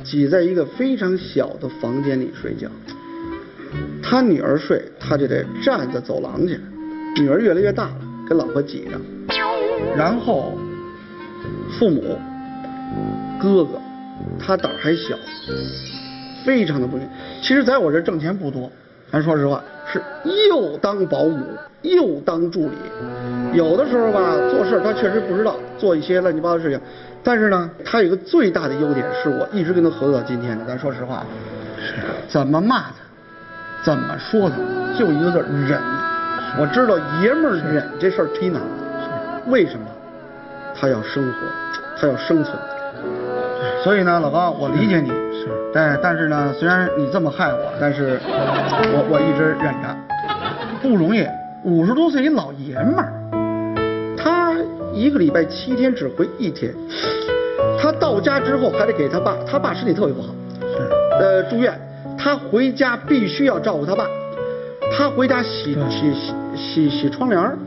Speaker 1: 挤在一个非常小的房间里睡觉。他女儿睡，他就得站在走廊去。女儿越来越大了，跟老婆挤着，然后父母、哥哥，他胆儿还小，非常的不容易。其实，在我这儿挣钱不多，咱说实话，是又当保姆又当助理，有的时候吧，做事儿他确实不知道，做一些乱七八糟的事情。但是呢，他有一个最大的优点，是我一直跟他合作到今天的。咱说实话，怎么骂他，怎么说他，就一个字儿忍。我知道爷们儿忍这事儿忒难了，为什么？他要生活，他要生存。所以呢，老高，我理解你，是，但但是呢，虽然你这么害我，但是我我一直忍着，不容易。五十多岁一老爷们儿，他一个礼拜七天只回一天，他到家之后还得给他爸，他爸身体特别不好，呃，住院，他回家必须要照顾他爸，他回家洗洗洗洗洗窗帘儿，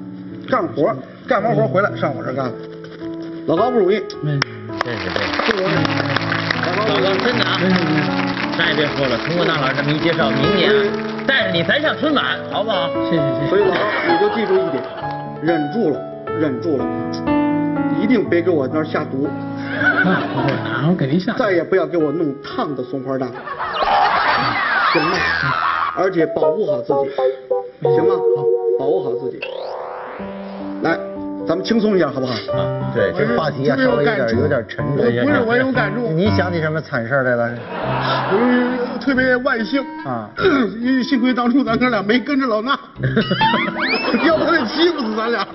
Speaker 1: 干活儿，干完活儿回来上我这儿干了，老高不容易，
Speaker 12: 真是这样。
Speaker 1: 不容易。
Speaker 12: 老高，真的啊，
Speaker 1: 嗯
Speaker 12: 那也别说了。通过大老师这么一介绍，明年啊带着你咱上春晚，好不好？
Speaker 1: 谢谢谢。所以老高，你就记住一点，忍住了，忍住了，一定别给我那儿下毒。
Speaker 12: 啊
Speaker 4: 然后给您下。
Speaker 1: 再也不要给我弄烫的松花蛋，行吗？而且保护好自己，行吗？好，保护好自己。来，咱们轻松一点，好不好？
Speaker 2: 对，这话题啊，稍微有点有点沉重。
Speaker 17: 不是我有感触
Speaker 2: 你想起什么惨事儿来了？
Speaker 17: 我
Speaker 1: 嗯
Speaker 17: 是特别万幸
Speaker 2: 啊，
Speaker 17: 因为幸亏当初咱哥俩没跟着老 衲，要不他得欺负死咱俩。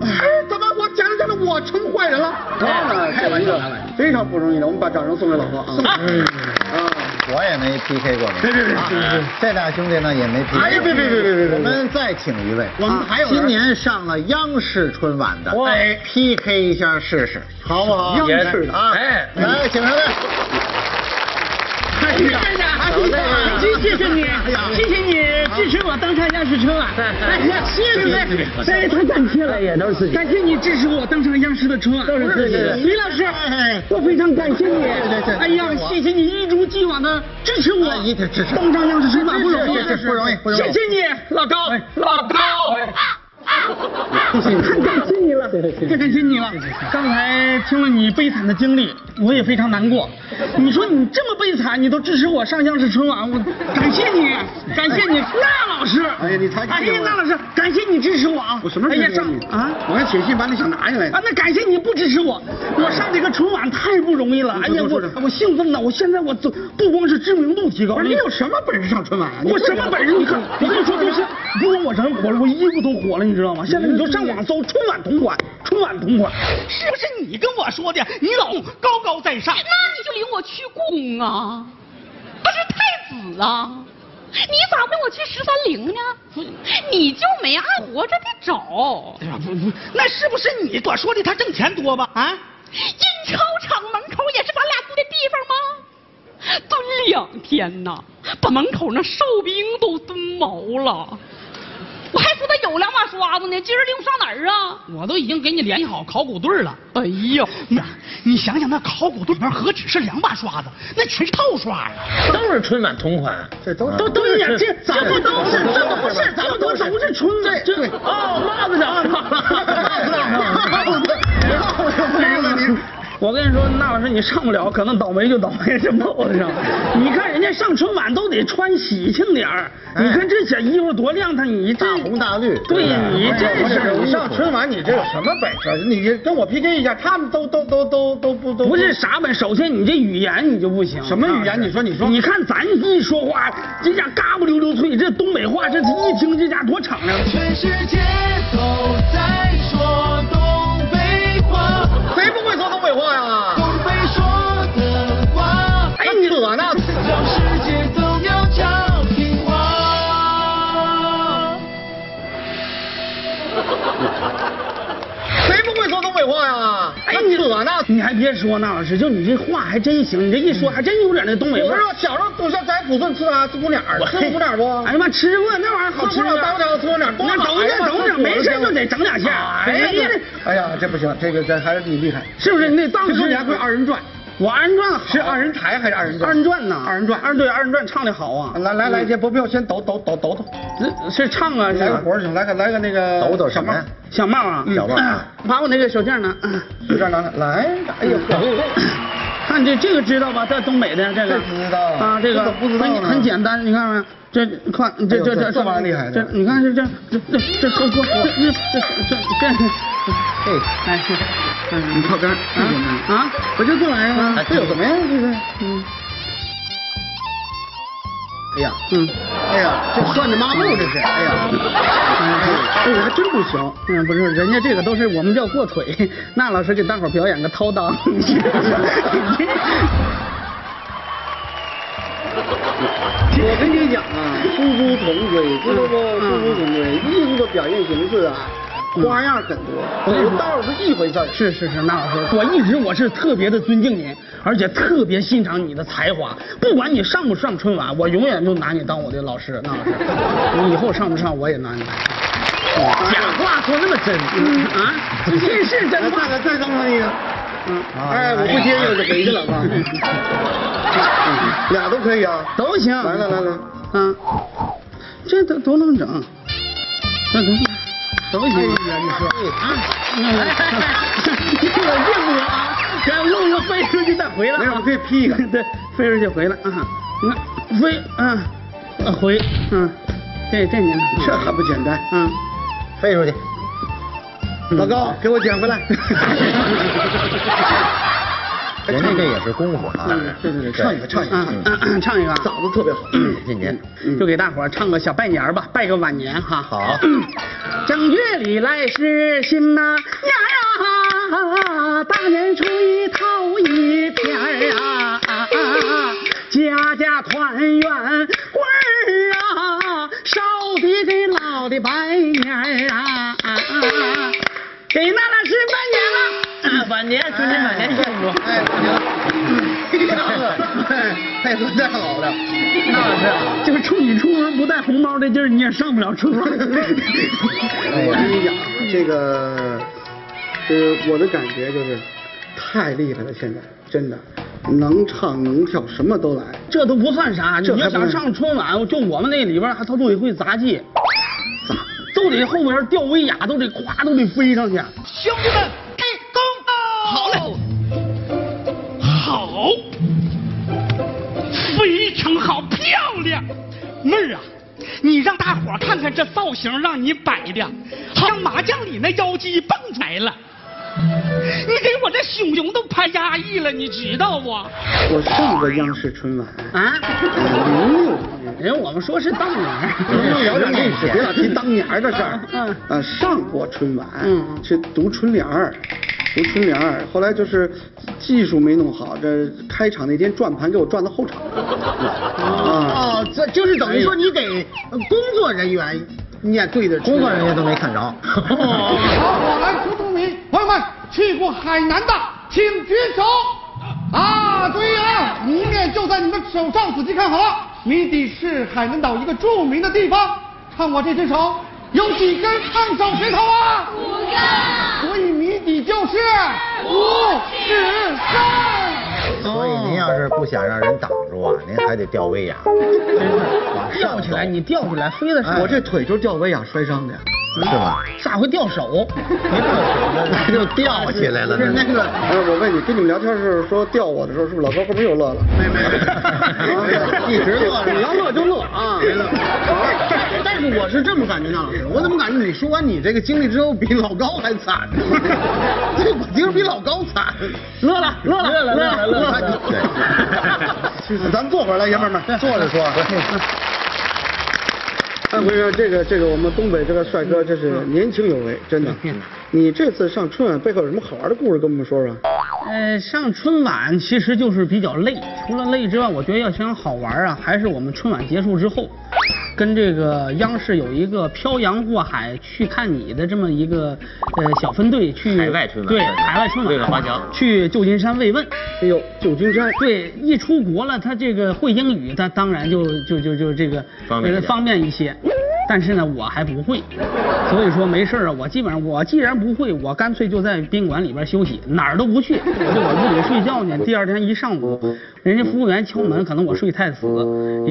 Speaker 17: 哎，怎么我讲着讲着我成坏人了？
Speaker 1: 哎开玩笑，啊非常不容易的，我们把掌声送给老高啊！
Speaker 2: 我也没 PK 过你。
Speaker 1: 别别别
Speaker 2: 啊
Speaker 1: 别别
Speaker 2: 这俩兄弟呢也没 PK。
Speaker 17: 哎呀别别别别别别
Speaker 2: 我们再请一位，啊
Speaker 17: 我们还有人
Speaker 2: 今年上了央视春晚的，
Speaker 17: 哇
Speaker 2: 哎，PK 一下试试，好不好？
Speaker 17: 央视的
Speaker 2: 啊，
Speaker 17: 哎
Speaker 2: 来，请上来。
Speaker 17: 哎呀哎呀
Speaker 13: 谢谢你，谢谢你支持我当上央视春晚，哎呀，谢谢你，哎，太感谢了，也都是自己，感谢你支持我当上央视的春晚，都
Speaker 2: 是自己的
Speaker 13: 李老师，我非常感谢你，哎呀，谢谢你一如既往的支持我，一直支持，当上央视春晚不容易，
Speaker 2: 支持不容易不容易
Speaker 13: 谢谢你，老高，老高。太感谢你了，太感谢你了。刚才听了你悲惨的经历，我也非常难过。你说你这么悲惨，你都支持我上央视春晚，我感谢你，感谢你，那老师。
Speaker 1: 哎呀你才
Speaker 13: 哎
Speaker 1: 谢
Speaker 13: 呀
Speaker 1: 谢，我
Speaker 13: 那老师，感谢你支持我啊！
Speaker 1: 我什么时候
Speaker 13: 哎呀
Speaker 1: 支持
Speaker 13: 上
Speaker 1: 你
Speaker 13: 啊？
Speaker 1: 我还写信把你想拿下来呢
Speaker 13: 啊，那感谢你不支持我，我上这个春晚太不容易了。哎呀，我我兴奋呐！我现在我走，不光是知名度提高，
Speaker 1: 不是你有什么本事上春晚啊？
Speaker 13: 我什么本事？你看，我跟你说，都是不光我人火了，我衣服都火了，你知道吗？现在你就上网搜春晚同款，春晚同款。
Speaker 6: 是不是你跟我说的？你老高高在上，那你就领我去故宫啊，不是太子啊？你咋跟我去十三陵呢？你就没按活着的找。
Speaker 13: 那是哎不是你我说的他挣钱多吧？啊？
Speaker 6: 印钞厂门口也是咱俩住的地方吗？蹲两天呐，把门口那哨兵都蹲毛了。我还说他有两把刷子呢，今儿领上哪儿啊？
Speaker 13: 我都已经给你联系好考古队了。哎呦，那你想想，那考古队里面何止是两把刷子，那全是套刷呀、
Speaker 12: 都是春晚同款，
Speaker 1: 这都
Speaker 13: 都都呀，这咱们都是，咱们不是，咱们都都是春晚。这
Speaker 12: 哦，帽子上，
Speaker 13: 我跟你说，那老师你上不了，可能倒霉就倒霉这帽子上。你看人家上春晚都得穿喜庆点儿，你看这小衣服多亮堂，你
Speaker 2: 大
Speaker 13: 这
Speaker 2: 红大绿，
Speaker 13: 对呀你这是
Speaker 1: 你上春晚，你这有什么本事？啊你跟我 PK 一下，他们都都都都都不都
Speaker 13: 不是啥本，首先你这语言你就不行。啊
Speaker 1: 什么语言你
Speaker 13: 那是
Speaker 1: 说你说
Speaker 13: 你看咱一说话，这家嘎不溜溜脆，这东北话这一听这家多敞亮。
Speaker 18: 全世界都在说东北话，
Speaker 1: 谁不会说东北话呀？
Speaker 18: 东北说的话，
Speaker 1: 哎，你扯 呢？
Speaker 18: 让世界都要讲听话。
Speaker 1: 谁不会说东北话呀？
Speaker 13: 哎，你扯呢？你还别别说那老师，就你这话还真行，你这一说
Speaker 1: 嗯
Speaker 13: 还真有点那东北味
Speaker 17: 我
Speaker 13: 儿。
Speaker 17: 说小时候都像咱祖孙吃
Speaker 1: 啊
Speaker 17: 啥吃姑娘儿，吃姑娘儿不？
Speaker 13: 哎呀妈，吃过那玩意儿好吃
Speaker 17: 吃不
Speaker 13: 啊
Speaker 17: 了大不了吃姑娘儿，多
Speaker 13: 那
Speaker 17: 好
Speaker 1: 哎
Speaker 17: 呀
Speaker 13: 整整整整，没事就得整两下。
Speaker 17: 哎呀
Speaker 13: 别的，
Speaker 2: 哎呀，这不行，这个这还是你厉害。
Speaker 13: 是不是？那当
Speaker 17: 听
Speaker 13: 时
Speaker 17: 说你还会二人转，
Speaker 13: 我二人转好
Speaker 17: 是二人台还是二人转？
Speaker 13: 二人转呢？二人转，二对二人转唱的好啊！
Speaker 2: 来来来，这不必要先抖抖抖抖抖，
Speaker 13: 这是唱啊，
Speaker 2: 来个活
Speaker 13: 儿
Speaker 2: 行，来个来个那
Speaker 13: 个
Speaker 2: 抖抖什么呀？
Speaker 13: 小帽啊，
Speaker 2: 小帽啊
Speaker 13: 嗯把我那个手绢呢？嗯
Speaker 2: 有点难来，
Speaker 1: 啊
Speaker 2: 哎呦，
Speaker 13: 看这这个知道吧？在东北的这个
Speaker 2: 这知道
Speaker 13: 啊，这
Speaker 2: 这
Speaker 13: 个
Speaker 2: 个不知道呢
Speaker 13: 很很简单，你看没？这看这
Speaker 2: 哎呦
Speaker 13: 这
Speaker 2: 这
Speaker 13: 这
Speaker 2: 这玩意儿厉害
Speaker 13: 这
Speaker 2: 这
Speaker 13: 你看这这这这这这这这这这这，哎哎，
Speaker 1: 嗯
Speaker 13: 你靠边儿啊啊！
Speaker 17: 不就这玩意儿
Speaker 1: 啊
Speaker 17: 吗？这有什么呀？这是，
Speaker 13: 嗯，
Speaker 17: 哎呀，
Speaker 13: 嗯，
Speaker 17: 哎呀，这算着抹布这是，哎呀，
Speaker 13: 哎，我还真不行。嗯，不是，人家这个都是我们叫过腿。那老师给大伙儿表演个掏 裆。
Speaker 1: 我跟你讲啊，殊途同归，知道不？殊途同
Speaker 13: 啊
Speaker 1: 归，艺术的表现形式啊，
Speaker 13: 嗯
Speaker 1: 花样很多，有道是一回事儿。
Speaker 13: 哎是是是，那老师，我一直我是特别的尊敬您，而且特别欣赏你的才华。不管你上不上春晚，我永远就拿你当我的老师。那老师，你以后上不上我也拿你当。假话说那么真、嗯、啊，这是真话。
Speaker 17: 再再刚刚一个，
Speaker 13: 嗯，
Speaker 17: 哎，我不接又是回去了啊，俩都可以啊，
Speaker 13: 都行。
Speaker 17: 来来来来，
Speaker 13: 嗯，这都都能整，那都都行。啊嗯
Speaker 17: 哎呀，你说。
Speaker 13: 你有病不啊？给我弄一个飞出去再回来、啊。没有，可以 P 一个。 对，飞出去回来啊。你看飞，嗯、啊，回，嗯、这这您
Speaker 17: 这还不简单？
Speaker 13: 嗯，
Speaker 2: 飞出去。
Speaker 17: 老高，给我捡回来。
Speaker 2: 人家这也是功夫啊。
Speaker 13: 对对对，
Speaker 2: 唱一个唱一个
Speaker 13: 嗯嗯唱一个啊，
Speaker 17: 嗓子特别好。
Speaker 2: 这年
Speaker 13: 就给大伙儿唱个小拜年儿吧，拜个晚年哈。
Speaker 2: 好。
Speaker 13: 正月里来是新呐、年儿啊，大年初一头一天儿啊，家家团圆棍儿啊，烧的给老的白年儿啊，给那老师拜年了，哎晚年，祝您晚年幸福。
Speaker 17: 哎，配合太好了。
Speaker 13: 那老师，就是冲你出门不带红包的劲儿，你也上不了 春晚。
Speaker 1: 我跟你讲，这个，呃，我的感觉就是太厉害了，现在真的能唱能跳，什么都来。
Speaker 13: 这都不算啥，你
Speaker 1: 这还
Speaker 13: 要
Speaker 1: 不算
Speaker 13: 想上春晚，就我们那里边儿还他都得会杂 技，啊都得后边儿吊威亚，都得咵都得飞上去。
Speaker 18: 兄弟们，开工！好嘞，
Speaker 13: 好，
Speaker 18: 非常好，漂亮，
Speaker 13: 妹儿啊，你让大伙儿看看这造型，让你摆的，好像麻将里那妖姬蹦出来了。
Speaker 18: 你给我这胸涌都拍压抑了，你知道不？
Speaker 1: 我上过央视春晚，
Speaker 13: 啊？
Speaker 1: 零
Speaker 17: 嗯
Speaker 1: 六
Speaker 13: 人我们说是当年儿，
Speaker 1: 聊点历史，别老提当年儿的事儿。
Speaker 13: 嗯
Speaker 1: 呃，上过春晚，去读春联儿，读春联儿。后来就是技术没弄好，这开场那天转盘给我转到后场。啊，
Speaker 17: 哦，这就是等于说你给工作人员念对的。
Speaker 2: 工作人员都没看着。
Speaker 12: 哦
Speaker 19: 好，我来出出名。朋友们，去过海南的请举手。啊，对呀、谜面就在你们手上，仔细看好了。谜底是海南岛一个著名的地方。看我这只手，有几根烫手指头啊？五根。所以谜底就是五指山。
Speaker 2: 所以您要是不想让人挡住啊，您还得吊威亚。
Speaker 13: 吊起来，你吊起来飞的时
Speaker 17: 哎我
Speaker 13: 候，
Speaker 17: 这腿就是吊威亚摔伤的，
Speaker 2: 是吧？
Speaker 13: 下回吊手。
Speaker 2: 那就吊起来了。
Speaker 1: 不是那个，呃，我问你，跟你们聊天的时候说吊我的时候，是不是老高后面又乐了？没没，
Speaker 17: 一直乐着
Speaker 1: 你要乐就乐
Speaker 17: 啊，别乐。但是我是这么感觉，张老师，我怎么感觉你说完你这个经历之后，比老高还惨？ 对，我觉得比老高惨。
Speaker 13: 乐了，乐了，乐了，乐了，乐了。
Speaker 1: 咱们坐会儿来，爷们 儿们坐着说。哎，不是这个这个，我们东北这个帅哥真是年轻有为，真的。你这次上春晚背后有什么好玩的故事跟我们说啊说？
Speaker 13: 呃，上春晚其实就是比较累，除了累之外，我觉得要想好玩啊，还是我们春晚结束之后，跟这个央视有一个漂洋过海去看你的这么一个呃小分队去
Speaker 12: 海外春晚
Speaker 13: 对海外春晚
Speaker 12: 为了华侨
Speaker 13: 去旧金山慰问。哎呦，旧金山对，一出国了，他这个会英语，他当然就就就就这个
Speaker 12: 方便一点
Speaker 13: 这个方便一些。但是呢，我还不会，所以说没事儿啊。我基本上，我既然不会，我干脆就在宾馆里边休息，哪儿都不去，我就我屋里睡觉呢。第二天一上午，人家服务员敲门，可能我睡太死，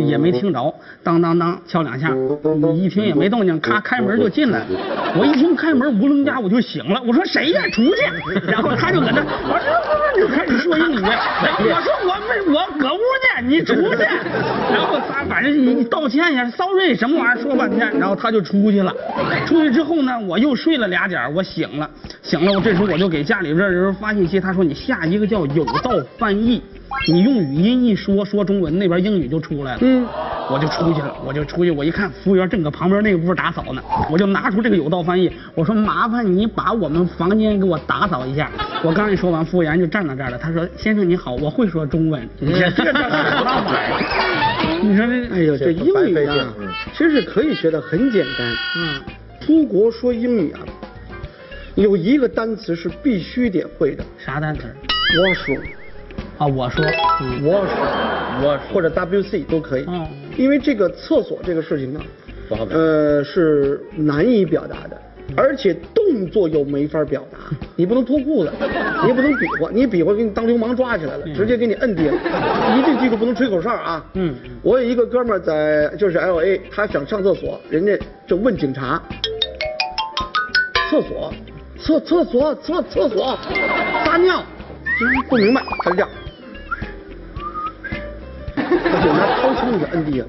Speaker 13: 也没听着，当当当敲两下，你一听也没动静，咔开门就进来了。我一听开门，吴楞家我就醒了，我说谁呀？出去！然后他就搁那，我说就开始说英语，然后我说我没我搁屋去，你出去。然后他反正你道歉呀，sorry 什么玩意儿说半天，然后他就出去了。出去之后呢，我又睡了俩点儿我醒了，醒了，我这时候我就给家里边儿人发信息，他说你下一个叫有道翻译，你用语音一说说中文，那边英语就出来了。嗯，我就出去了，我就出去，我一看服务员正搁旁边那个屋打扫呢，我就拿出这个有道翻译，我说麻烦你把我们房间给我打扫一下。我刚一说完，服务员就站到这儿了，他说先生你好，我会说中文。你这这这什么玩意儿？你说这，
Speaker 1: 哎呦，这英语啊，其实可以学的很简单。
Speaker 13: 嗯，
Speaker 1: 出国说英语啊，有一个单词是必须得会的。
Speaker 13: 啥单词？
Speaker 1: 我说。
Speaker 13: 啊，我说。
Speaker 1: 我说。我或者 WC 都可以。嗯。因为这个厕所这个事情呢，
Speaker 12: 不好表达
Speaker 1: 呃，是难以表达的，而且动作又没法表达。你不能脱裤子，你也不能比划，你比划给你当流氓抓起来了，直接给你摁地了。一定记住不能吹口哨啊！嗯，我有一个哥们儿在就是 L A，他想上厕所，人家就问警察，厕所，厕厕所厕厕所，撒尿，不明白，他就这样，他警察掏枪给摁地上，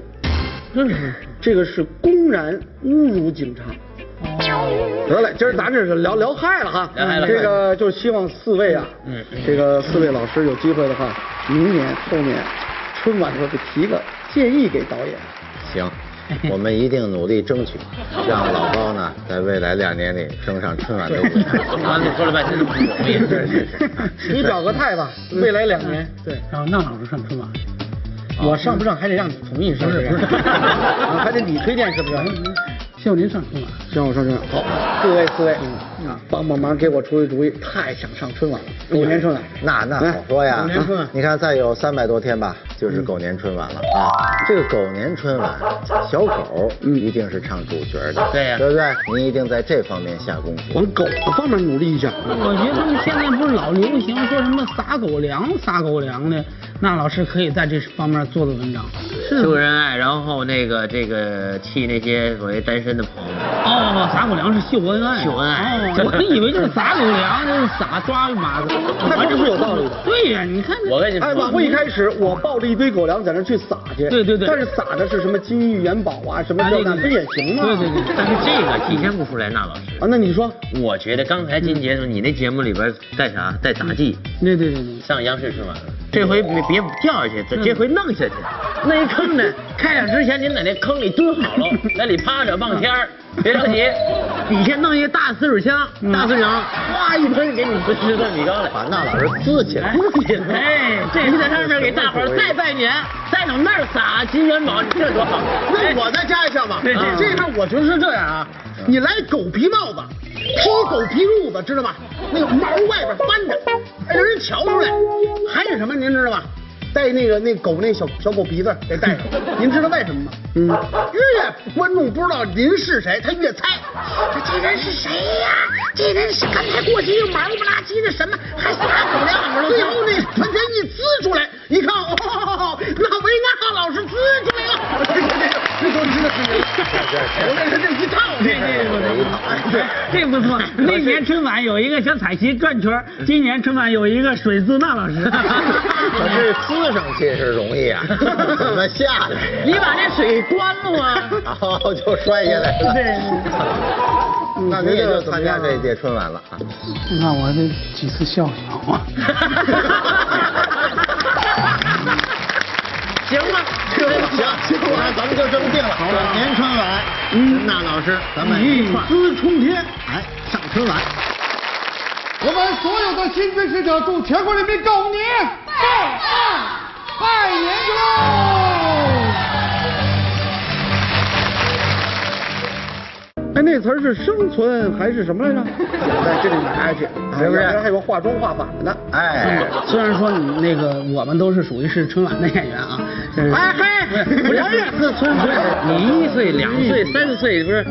Speaker 1: 这个是公然侮辱警察。得嘞，今儿咱这是聊聊嗨了哈，
Speaker 12: 聊嗨了
Speaker 1: 这个就希望四位啊，
Speaker 12: 嗯嗯
Speaker 1: 这个四位老师有机会的话，明年后年春晚的时候给提个建议给导演。
Speaker 2: 行，我们一定努力争取，让老高呢在未来两年里争上春晚的舞台。
Speaker 12: 啊，你说了半天都不容易。
Speaker 2: 是是 是
Speaker 1: 你找个太吧，未来两年。对，
Speaker 13: 然后那老师上春晚，
Speaker 1: 我上不上还得让你同意，是不是？ 啊还得你推荐，是 不是？
Speaker 13: 秀林上春晚。
Speaker 1: 让我上春晚，好，四位四位啊，帮帮忙给我出一主意，太想上春晚了，五年春晚。
Speaker 2: 那那好说呀
Speaker 1: 狗年春晚，
Speaker 2: 你看再有三百多天吧，就是狗年春晚了啊。这个狗年春晚，小狗
Speaker 12: 嗯
Speaker 2: 一定是唱主角的，
Speaker 1: 对呀
Speaker 2: 对不对？您一定在这方面下功夫。
Speaker 1: 往狗方面努力一下。
Speaker 13: 我觉得他们现在不是老流行说什么撒狗粮、撒狗粮的，那老师可以在这方面做做文章。
Speaker 12: 秀恩爱，然后那个这个气那些所谓单身的朋友们。
Speaker 13: 哦，撒狗粮是秀恩爱，
Speaker 12: 秀恩爱
Speaker 13: 哦，我以为就是撒狗粮，就是撒抓一马子，
Speaker 1: 那都是有道理的
Speaker 13: 对呀，你看，
Speaker 12: 我跟你
Speaker 1: 哎，晚会一开始，我抱着一堆狗粮在那去撒去，
Speaker 13: 对对对
Speaker 1: 但是撒的是什么金玉元宝啊，什么这那，不也行吗？
Speaker 13: 对对对
Speaker 12: 但是这个体现不出来，那老师。
Speaker 1: 啊，那你说，
Speaker 12: 我觉得刚才金姐说你那节目里边带啥带杂技，
Speaker 13: 对对对对。
Speaker 12: 上央视春晚了，这回别别掉下去，
Speaker 2: 嗯
Speaker 12: 这这回弄下去。那一坑呢，开场之前您在那坑里蹲好 了，在里趴着望天儿，别着急，底下弄一个大呲水枪，大呲枪，哗一喷给你呲十三米高来，
Speaker 2: 嗯把那老师呲起来，
Speaker 12: 呲起来。哎，这回在上面给大伙儿再 拜年，再往那儿撒金元宝，这多好。
Speaker 17: 那我再加一下吧，啊
Speaker 12: 对对
Speaker 17: 哎这边我觉得是这样啊，你来狗皮帽子，披狗皮褥子，知道吧？那个毛外边翻着，让人瞧出来。还有什么您知道吧？戴那个那狗那小小狗鼻子得戴 上，您知道为什么吗？嗯，越观众不知道您是谁，他越猜，这人是谁呀、这人是刚才过去又毛不拉几的什么，还撒狗粮往最后那传拳一 呲出来，一看，哦，那维纳老师呲出来了。这都是我跟你说这一套，
Speaker 13: 对对对，这不错。那年春晚有一个小彩旗转圈儿，今年春晚有一个水自娜老 师。
Speaker 2: 可 是呲上去是容 易啊，怎么下来？
Speaker 12: 你把那水关了吗？
Speaker 2: 然后就摔下来了。那您也就参加这届春晚了啊。
Speaker 8: 那我得几次笑笑啊。
Speaker 12: 行吧，行
Speaker 2: 行， 那咱们就这么定了。本年春晚，嗯，那老师，咱们一块儿
Speaker 17: 资冲天。
Speaker 2: 哎上春晚。
Speaker 19: 我们所有的新追随者祝全国人民狗年拜拜拜年去喽！
Speaker 1: 哎那词儿是生存还是什 么来着？哎在这里拿下去，
Speaker 12: 是不是
Speaker 1: 原来还有化妆化法呢。
Speaker 12: 哎
Speaker 1: 嗯
Speaker 20: 虽然说你那个我们都是属于是春晚的演员啊，就是
Speaker 21: 哎嗨
Speaker 20: 不是
Speaker 21: 我也是春晚
Speaker 22: 你一岁、两岁、三岁，不是，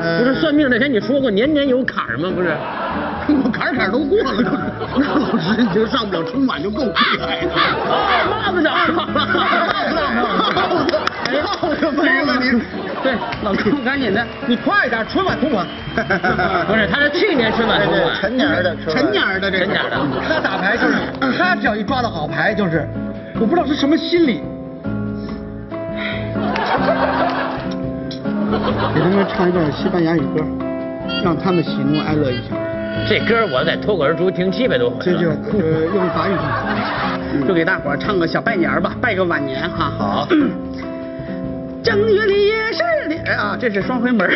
Speaker 1: 呃
Speaker 22: 不是算命那天你说过年年有坎儿吗？不是，
Speaker 23: 我坎儿坎儿都过 了，那老师你就上不了春晚就够厉害 的。
Speaker 22: 帽子长了，
Speaker 1: 哎
Speaker 23: 帽子没了你。
Speaker 20: 对，老公赶紧的，
Speaker 23: 你快点，春晚通 完。
Speaker 22: 不是，他是去年春晚春晚，
Speaker 12: 陈年儿的春晚
Speaker 23: 陈年儿的这个
Speaker 22: 陈年儿的
Speaker 23: 他打牌就是， 他只要一抓到好牌就是，我不知道是什么心理，
Speaker 1: 给他们唱一段西班牙语歌，让他们喜怒哀乐一下。
Speaker 22: 这歌儿我在脱口而出听七百多回
Speaker 1: 这就
Speaker 22: 了。
Speaker 1: 呃用法语唱，
Speaker 20: 就给大伙儿唱个小拜年儿吧，拜个晚年哈。
Speaker 12: 好，
Speaker 20: 正月里也是的，哎啊，这是双回门儿。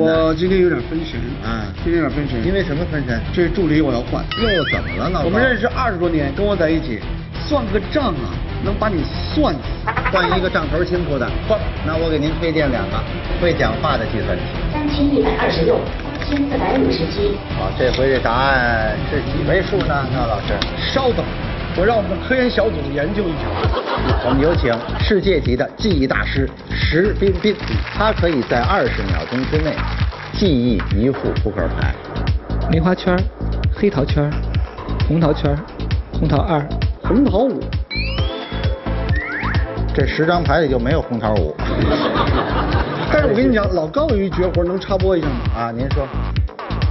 Speaker 1: 我今天有点分神
Speaker 2: 哎
Speaker 1: 啊，今天有点分神，
Speaker 12: 因为什么分神？
Speaker 1: 这助理我要换。
Speaker 12: 又怎么了，老高？
Speaker 1: 我们认识二十多年，跟我在一起，算个账啊，能把你算死。
Speaker 12: 换一个账头辛苦的，换。那我给您推荐两个会讲话的计算机。
Speaker 6: 三千一百二十六，千四百五十七。
Speaker 12: 好，这回这答案是几位数呢？那老师，
Speaker 1: 稍等，我让我们科研小组研究一下。
Speaker 12: 我们有请世界级的记忆大师石彬彬，他可以在二十秒钟之内记忆一副扑克牌。
Speaker 24: 梅花圈儿、黑桃圈儿、红桃圈儿、红桃二、
Speaker 1: 红桃五。
Speaker 12: 这十张牌里就没有红桃五
Speaker 1: 但是我跟你讲，老高有一绝活，能插播一下吗？
Speaker 12: 啊！您说，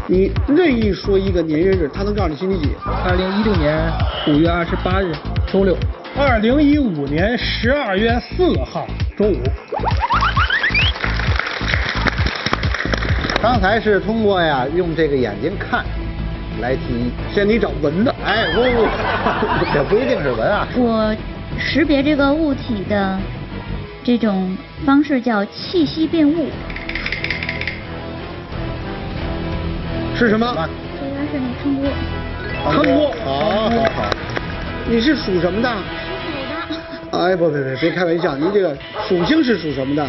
Speaker 1: 你任意说一个年月日，他能告诉你星期几。
Speaker 24: 二零一六年五月二十八日，周六。
Speaker 21: 二零一五年十二月四号周五，
Speaker 12: 刚才是通过呀用这个眼睛看来记忆，
Speaker 1: 现在你找文的，
Speaker 12: 哎，不 不，不也不一定是文啊。
Speaker 13: 我识别这个物体的这种方式叫气息辨物，
Speaker 1: 是什么？
Speaker 13: 这应该是那称呼。
Speaker 1: 汤锅。
Speaker 12: 好好好，
Speaker 1: 你是属什么的？哎，不别别别开玩笑，您这个属性是属什么的？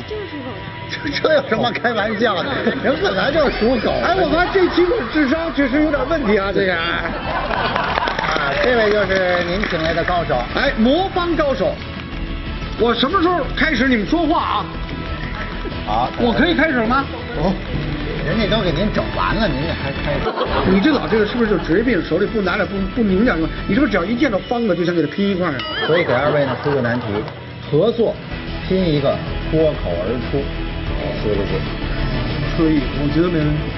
Speaker 12: 这这有什么开玩笑 的？人本来就是属狗。
Speaker 1: 哎，我发现这期的智商确实有点问题啊，这个。
Speaker 12: 啊，这位就是您请来的高手。
Speaker 1: 哎，魔方高手，我什么时候开始你们说话啊？
Speaker 12: 好，
Speaker 1: 我可以开始了吗？
Speaker 12: 哦，人家都给您整完了，您这还开始？
Speaker 1: 你这老这个是不是就职业病？手里不拿点不不明点用？你是不是只要一见到方子就想给它拼一块儿啊？
Speaker 12: 所以给二位呢出个难题，合作拼一个脱口而出，是不是？
Speaker 1: 可以，我觉得没问题。